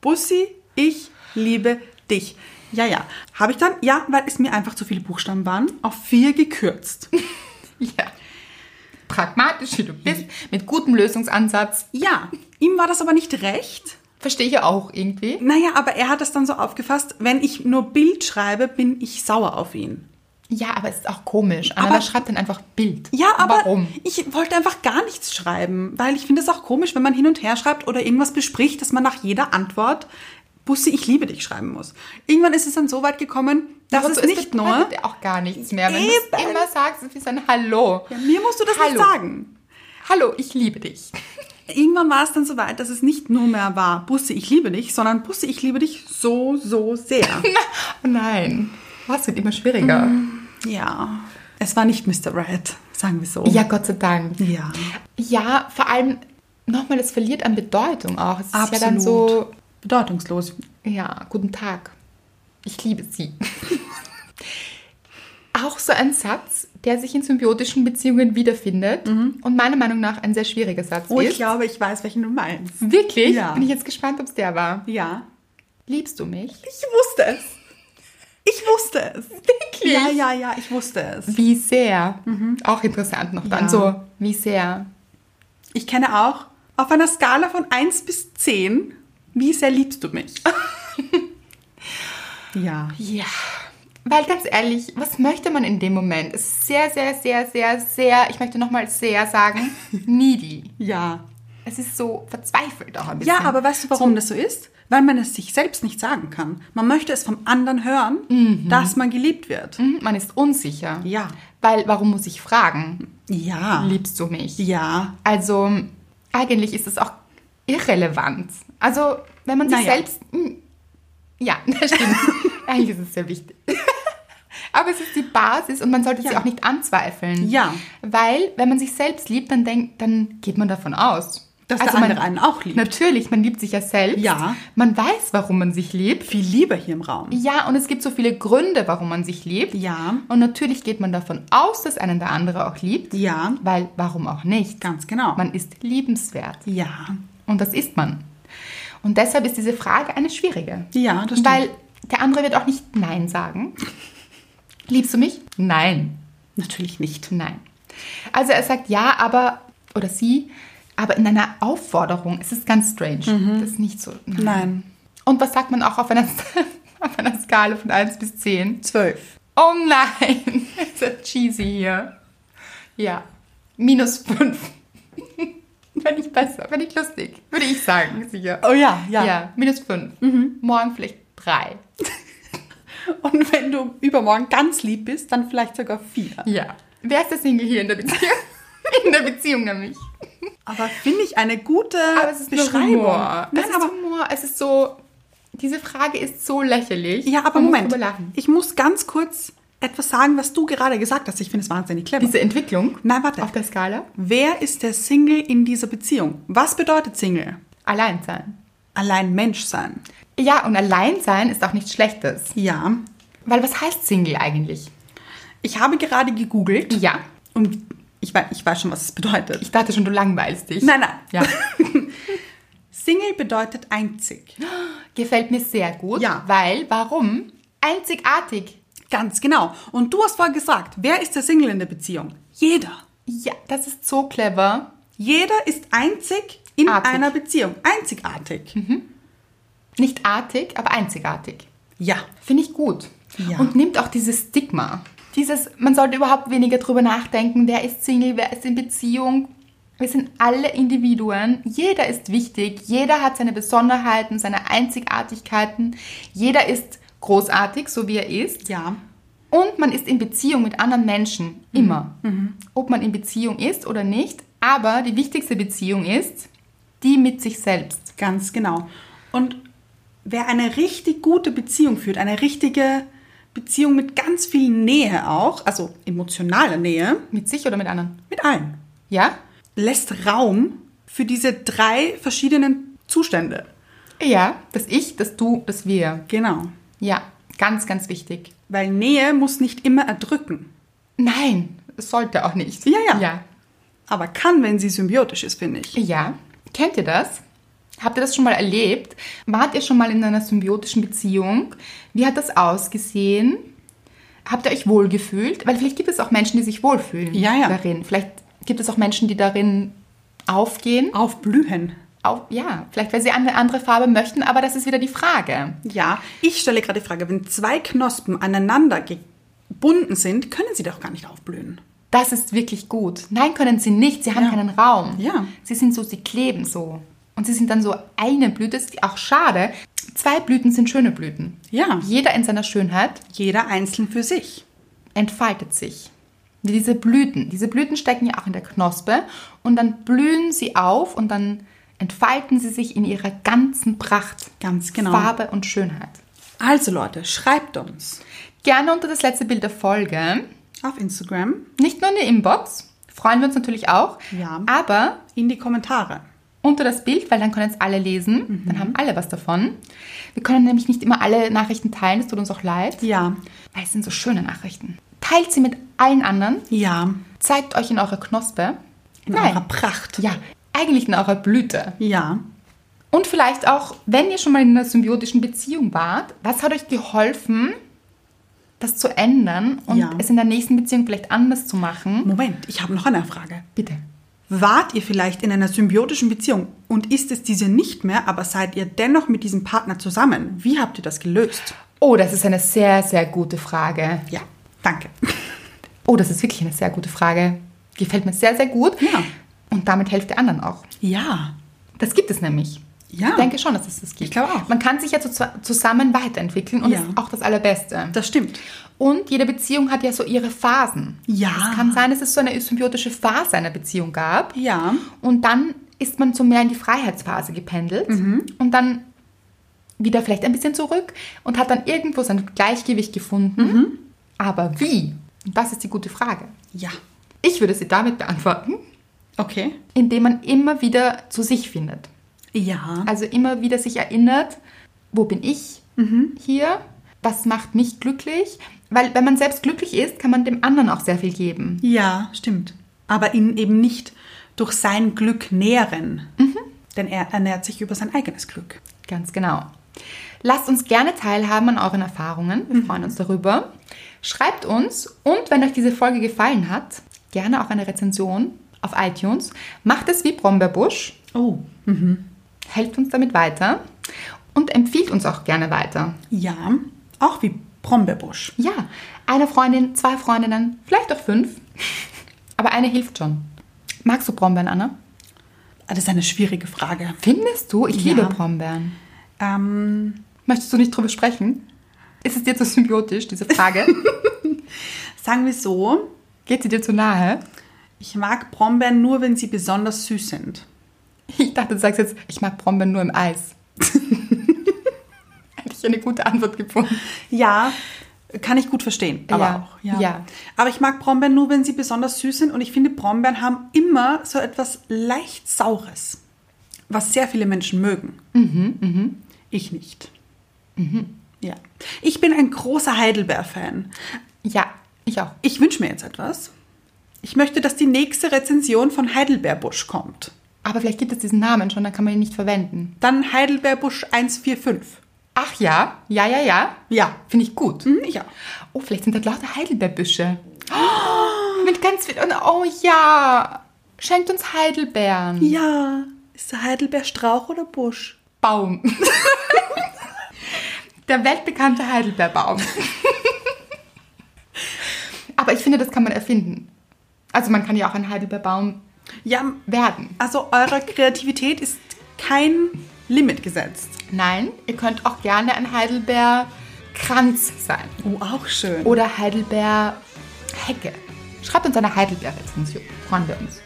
A: Bussi, ich liebe dich. Ja, ja. Habe ich dann, ja, weil es mir einfach zu viele Buchstaben waren, auf vier gekürzt.
B: Ja. Pragmatisch, wie du bist, mit gutem Lösungsansatz.
A: Ja, ihm war das aber nicht recht.
B: Verstehe ich ja auch irgendwie.
A: Naja, aber er hat das dann so aufgefasst, wenn ich nur Bild schreibe, bin ich sauer auf ihn.
B: Ja, aber es ist auch komisch. Anna
A: Aber-
B: schreibt dann einfach Bild.
A: Ja, aber
B: Warum?
A: ich wollte einfach gar nichts schreiben, weil ich finde es auch komisch, wenn man hin und her schreibt oder irgendwas bespricht, dass man nach jeder Antwort Bussi, ich liebe dich schreiben muss. Irgendwann ist es dann so weit gekommen, dass
B: Aber
A: es
B: so
A: nicht nur...
B: Also, bedeutet ja auch gar nichts mehr. Wenn du es
A: Eben.
B: immer sagst, ist es wie so ein Hallo.
A: Ja, mir musst du das nicht
B: Hallo.
A: sagen.
B: Hallo, ich liebe dich.
A: Irgendwann war es dann so weit, dass es nicht nur mehr war, Bussi, ich liebe dich, sondern Bussi, ich liebe dich so, so sehr.
B: Oh nein. Mm. Was wird immer schwieriger.
A: ja, es war nicht Mr. Red, sagen wir so.
B: Ja, Gott sei Dank.
A: Ja.
B: Ja, vor allem nochmal, es verliert an Bedeutung auch. Es ist
A: Absolut.
B: ja dann so,
A: Bedeutungslos.
B: ja, guten Tag. Ich liebe Sie. auch so ein Satz, der sich in symbiotischen Beziehungen wiederfindet und meiner Meinung nach ein sehr schwieriger Satz
A: Mhm. Oh, ich
B: ist.
A: glaube, ich weiß, welchen du meinst.
B: Wirklich?
A: Ja.
B: Bin ich jetzt gespannt, ob es der war.
A: Ja.
B: Liebst du
A: Ich
B: mich?
A: wusste es. Ich wusste es.
B: Wirklich?
A: Ja, ja, ja, ich wusste es.
B: Wie sehr? Auch interessant noch dann
A: Mhm. Ja.
B: so, wie sehr?
A: Ich kenne auch auf einer Skala von 1 bis 10, wie sehr liebst du mich? ja.
B: Ja. Weil ganz ehrlich, was möchte man in dem Moment? Es ist sehr, sehr, sehr, sehr, sehr, ich möchte nochmal sehr sagen, needy.
A: Ja.
B: Es ist so verzweifelt auch ein bisschen.
A: Ja, aber weißt du, warum das so ist? Weil man es sich selbst nicht sagen kann. Man möchte es vom anderen hören, dass man geliebt wird.
B: Mhm, Man ist unsicher.
A: Ja.
B: Weil, warum muss ich fragen,
A: Ja.
B: liebst du mich?
A: Ja.
B: Also, eigentlich ist es auch irrelevant. Also, wenn man sich
A: Naja.
B: selbst. Hm, Ja, das stimmt. eigentlich ist es sehr wichtig. Aber es ist die Basis und man sollte sie
A: Ja.
B: auch nicht anzweifeln.
A: Ja.
B: Weil, wenn man sich selbst liebt, dann denkt, dann geht man davon aus. Also
A: Dass der andere einen auch liebt.
B: Natürlich, man liebt sich ja selbst.
A: Ja.
B: Man weiß, warum man sich liebt.
A: Viel Liebe hier im Raum.
B: Ja, und es gibt so viele Gründe, warum man sich liebt.
A: Ja.
B: Und natürlich geht man davon aus, dass einen der andere auch liebt.
A: Ja.
B: Weil, warum auch nicht?
A: Ganz genau.
B: Man ist liebenswert.
A: ja.
B: Und das ist man. Und deshalb ist diese Frage eine schwierige.
A: Ja, das stimmt.
B: Weil der andere wird auch nicht Nein sagen. Liebst du mich? Nein.
A: Natürlich nicht.
B: Nein. Also er sagt ja, aber, oder sie, aber in einer Aufforderung. Es ist ganz strange.
A: Mhm.
B: Das ist nicht so. ne?
A: Nein.
B: Und was sagt man auch auf einer, auf einer Skala von 1 bis 10?
A: Zwölf.
B: Oh nein, ist das cheesy hier. Ja, minus 5. Fände ich besser, fände ich lustig. Würde ich sagen, sicher.
A: Oh ja, ja. Mhm.
B: Ja, minus 5. Morgen vielleicht 3.
A: Und wenn du übermorgen ganz lieb bist, dann vielleicht sogar vier.
B: Ja. Wer ist der Single hier in der Beziehung? In der Beziehung nämlich.
A: Aber finde ich eine gute
B: Aber es ist nur
A: Beschreibung.
B: Humor.
A: Nein,
B: es ist
A: aber,
B: Humor. Es ist so, diese Frage ist so lächerlich.
A: ja, aber
B: Man muss
A: Moment.
B: drüber lachen.
A: Ich muss ganz kurz etwas sagen, was du gerade gesagt hast. Ich finde es wahnsinnig clever.
B: Diese Entwicklung
A: Nein, warte.
B: auf der Skala,
A: Wer ist der Single in dieser Beziehung? Was bedeutet Single?
B: allein sein.
A: Allein Mensch sein.
B: Ja, und allein sein ist auch nichts Schlechtes.
A: Ja.
B: Weil was heißt Single eigentlich?
A: Ich habe gerade gegoogelt.
B: Ja.
A: Und ich weiß, ich weiß schon, was es bedeutet.
B: Ich dachte schon, du langweilst dich.
A: Nein, nein.
B: Ja.
A: Single bedeutet einzig.
B: Gefällt mir sehr gut.
A: Ja.
B: Weil, warum? Einzigartig.
A: Ganz genau. Und du hast vorher gesagt, wer ist der Single in der Beziehung? Jeder.
B: Ja, das ist so clever.
A: Jeder ist einzig in
B: Artig. Mhm.
A: einer Beziehung. Einzigartig.
B: Nicht artig, aber einzigartig.
A: Ja.
B: Finde ich gut.
A: Ja.
B: Und nimmt auch dieses Stigma. Dieses, man sollte überhaupt weniger drüber nachdenken, wer ist Single, wer ist in Beziehung. Wir sind alle Individuen. Jeder ist wichtig. Jeder hat seine Besonderheiten, seine Einzigartigkeiten. Jeder ist großartig, so wie er ist.
A: Ja.
B: Und man ist in Beziehung mit anderen Menschen.
A: Mhm.
B: Immer. Ob man in Beziehung ist oder nicht. Aber die wichtigste Beziehung ist die mit sich selbst.
A: Ganz genau. Und wer eine richtig gute Beziehung führt, eine richtige Beziehung mit ganz viel Nähe auch, also emotionaler Nähe,
B: Mit sich oder mit anderen?
A: mit allen.
B: Ja?
A: Lässt Raum für diese drei verschiedenen Zustände.
B: Ja, das Ich, das Du, das Wir.
A: Genau.
B: Ja, ganz, ganz wichtig.
A: Weil Nähe muss nicht immer erdrücken,
B: Nein, es sollte auch nicht.
A: Ja, ja.
B: Ja.
A: aber kann, wenn sie symbiotisch ist, finde ich.
B: Ja. Kennt ihr das? Habt ihr das schon mal erlebt? Wart ihr schon mal in einer symbiotischen Beziehung? Wie hat das ausgesehen? Habt ihr euch wohlgefühlt? Weil vielleicht gibt es auch Menschen, die sich wohlfühlen
A: Ja, ja.
B: darin. Vielleicht gibt es auch Menschen, die darin aufgehen.
A: Aufblühen.
B: Auf, ja, vielleicht weil sie eine andere Farbe möchten, aber das ist wieder die Frage.
A: Ja, ich stelle gerade die Frage, wenn zwei Knospen aneinander gebunden sind, können sie doch gar nicht aufblühen.
B: Das ist wirklich gut. Nein, können sie nicht. Sie haben
A: Ja.
B: keinen Raum.
A: Ja.
B: Sie sind so, sie kleben so. Und sie sind dann so eine Blüte, ist auch schade. Zwei Blüten sind schöne Blüten.
A: Ja.
B: Jeder in seiner Schönheit
A: Jeder einzeln für sich.
B: entfaltet sich. Wie diese Blüten. Diese Blüten stecken ja auch in der Knospe und dann blühen sie auf und dann entfalten sie sich in ihrer ganzen Pracht.
A: Ganz genau.
B: Farbe und Schönheit.
A: Also Leute, schreibt uns
B: Gerne unter das letzte Bild der Folge.
A: auf Instagram
B: Nicht nur in der Inbox. Freuen wir uns natürlich auch.
A: Ja.
B: Aber
A: in die Kommentare.
B: unter das Bild, weil dann können es alle lesen.
A: Mhm.
B: Dann haben alle was davon. Wir können nämlich nicht immer alle Nachrichten teilen, das tut uns auch leid,
A: Ja,
B: weil es sind so schöne Nachrichten. Teilt sie mit allen anderen,
A: ja,
B: zeigt euch in eurer Knospe.
A: in eurer Pracht.
B: ja, eigentlich in eurer Blüte.
A: Ja.
B: Und vielleicht auch, wenn ihr schon mal in einer symbiotischen Beziehung wart, was hat euch geholfen, das zu ändern und
A: Ja.
B: es in der nächsten Beziehung vielleicht anders zu machen?
A: Moment, ich habe noch eine Frage.
B: Bitte.
A: Wart ihr vielleicht in einer symbiotischen Beziehung und ist es diese nicht mehr, aber seid ihr dennoch mit diesem Partner zusammen? Wie habt ihr das gelöst?
B: Oh, das ist eine sehr, sehr gute Frage.
A: Ja, danke.
B: Oh, das ist wirklich eine sehr gute Frage. Gefällt mir sehr, sehr gut.
A: Ja.
B: Und damit helft ihr anderen auch.
A: Ja,
B: Das gibt es nämlich.
A: Ja.
B: Ich denke schon, dass es das gibt.
A: Ich glaube auch.
B: Man kann sich ja zu, zusammen weiterentwickeln und
A: Ja.
B: das ist auch das Allerbeste.
A: das stimmt.
B: und jede Beziehung hat ja so ihre Phasen.
A: Ja.
B: Es kann sein, dass es so eine symbiotische Phase einer Beziehung gab.
A: Ja.
B: Und dann ist man so mehr in die Freiheitsphase gependelt
A: Mhm.
B: und dann wieder vielleicht ein bisschen zurück und hat dann irgendwo sein Gleichgewicht gefunden.
A: Mhm.
B: Aber wie? Und das ist die gute Frage.
A: Ja.
B: Ich würde sie damit beantworten,
A: Okay.
B: indem man immer wieder zu sich findet.
A: Ja.
B: Also immer wieder sich erinnert, wo bin ich hier? Was macht mich glücklich? Weil wenn man selbst glücklich ist, kann man dem anderen auch sehr viel geben.
A: Ja, stimmt. Aber ihn eben nicht durch sein Glück nähren. Denn er ernährt sich über sein eigenes Glück.
B: Ganz genau. Lasst uns gerne teilhaben an euren Erfahrungen.
A: Mhm.
B: Wir freuen uns darüber. Schreibt uns und wenn euch diese Folge gefallen hat, gerne auch eine Rezension auf iTunes. Macht es wie Brombeerbusch, Mhm.
A: Oh.
B: helft uns damit weiter und empfiehlt uns auch gerne weiter.
A: Ja, auch wie Brombeerbusch.
B: Ja, eine Freundin, zwei Freundinnen, vielleicht auch fünf. Aber eine hilft schon. Magst du Brombeeren, Anna?
A: Ah, Das ist eine schwierige Frage.
B: Findest du? Ich
A: Ja.
B: liebe Brombeeren.
A: Ähm,
B: Möchtest du nicht drüber sprechen? Ist es dir zu symbiotisch, diese Frage?
A: sagen wir so,
B: Geht sie dir zu nahe?
A: ich mag Brombeeren nur, wenn sie besonders süß sind.
B: Ich dachte, du sagst jetzt, ich mag Brombeeren nur im Eis. Hätte ich eine gute Antwort gefunden.
A: Ja, kann ich gut verstehen, aber
B: Ja,
A: auch. Ja.
B: ja.
A: Aber ich mag Brombeeren nur, wenn sie besonders süß sind und ich finde, Brombeeren haben immer so etwas leicht Saures, was sehr viele Menschen mögen.
B: Mhm,
A: Ich nicht. Ja. Ich bin ein großer Heidelbeer-Fan.
B: Ja, ich auch.
A: Ich wünsche mir jetzt etwas. Ich möchte, dass die nächste Rezension von Heidelbeerbusch kommt.
B: Aber vielleicht gibt es diesen Namen schon, dann kann man ihn nicht verwenden.
A: Dann Heidelbeerbusch 145.
B: Ach ja, ja, ja, ja.
A: Ja.
B: Finde ich gut.
A: Hm, ich auch.
B: Oh, vielleicht sind da lauter Heidelbeerbüsche. Oh, mit ganz viel. und- Oh ja. Schenkt uns Heidelbeeren.
A: Ja. Ist der Heidelbeer Strauch oder Busch?
B: Baum. Der weltbekannte Heidelbeerbaum. Aber ich finde, das kann man erfinden. Also man kann ja auch ein Heidelbeerbaum
A: Ja,
B: werden.
A: Also eurer Kreativität ist kein Limit gesetzt.
B: Nein, ihr könnt auch gerne ein Heidelbeerkranz sein.
A: Oh, auch schön.
B: Oder Heidelbeerhecke. Schreibt uns eine Heidelbeerrezension. Freuen wir uns.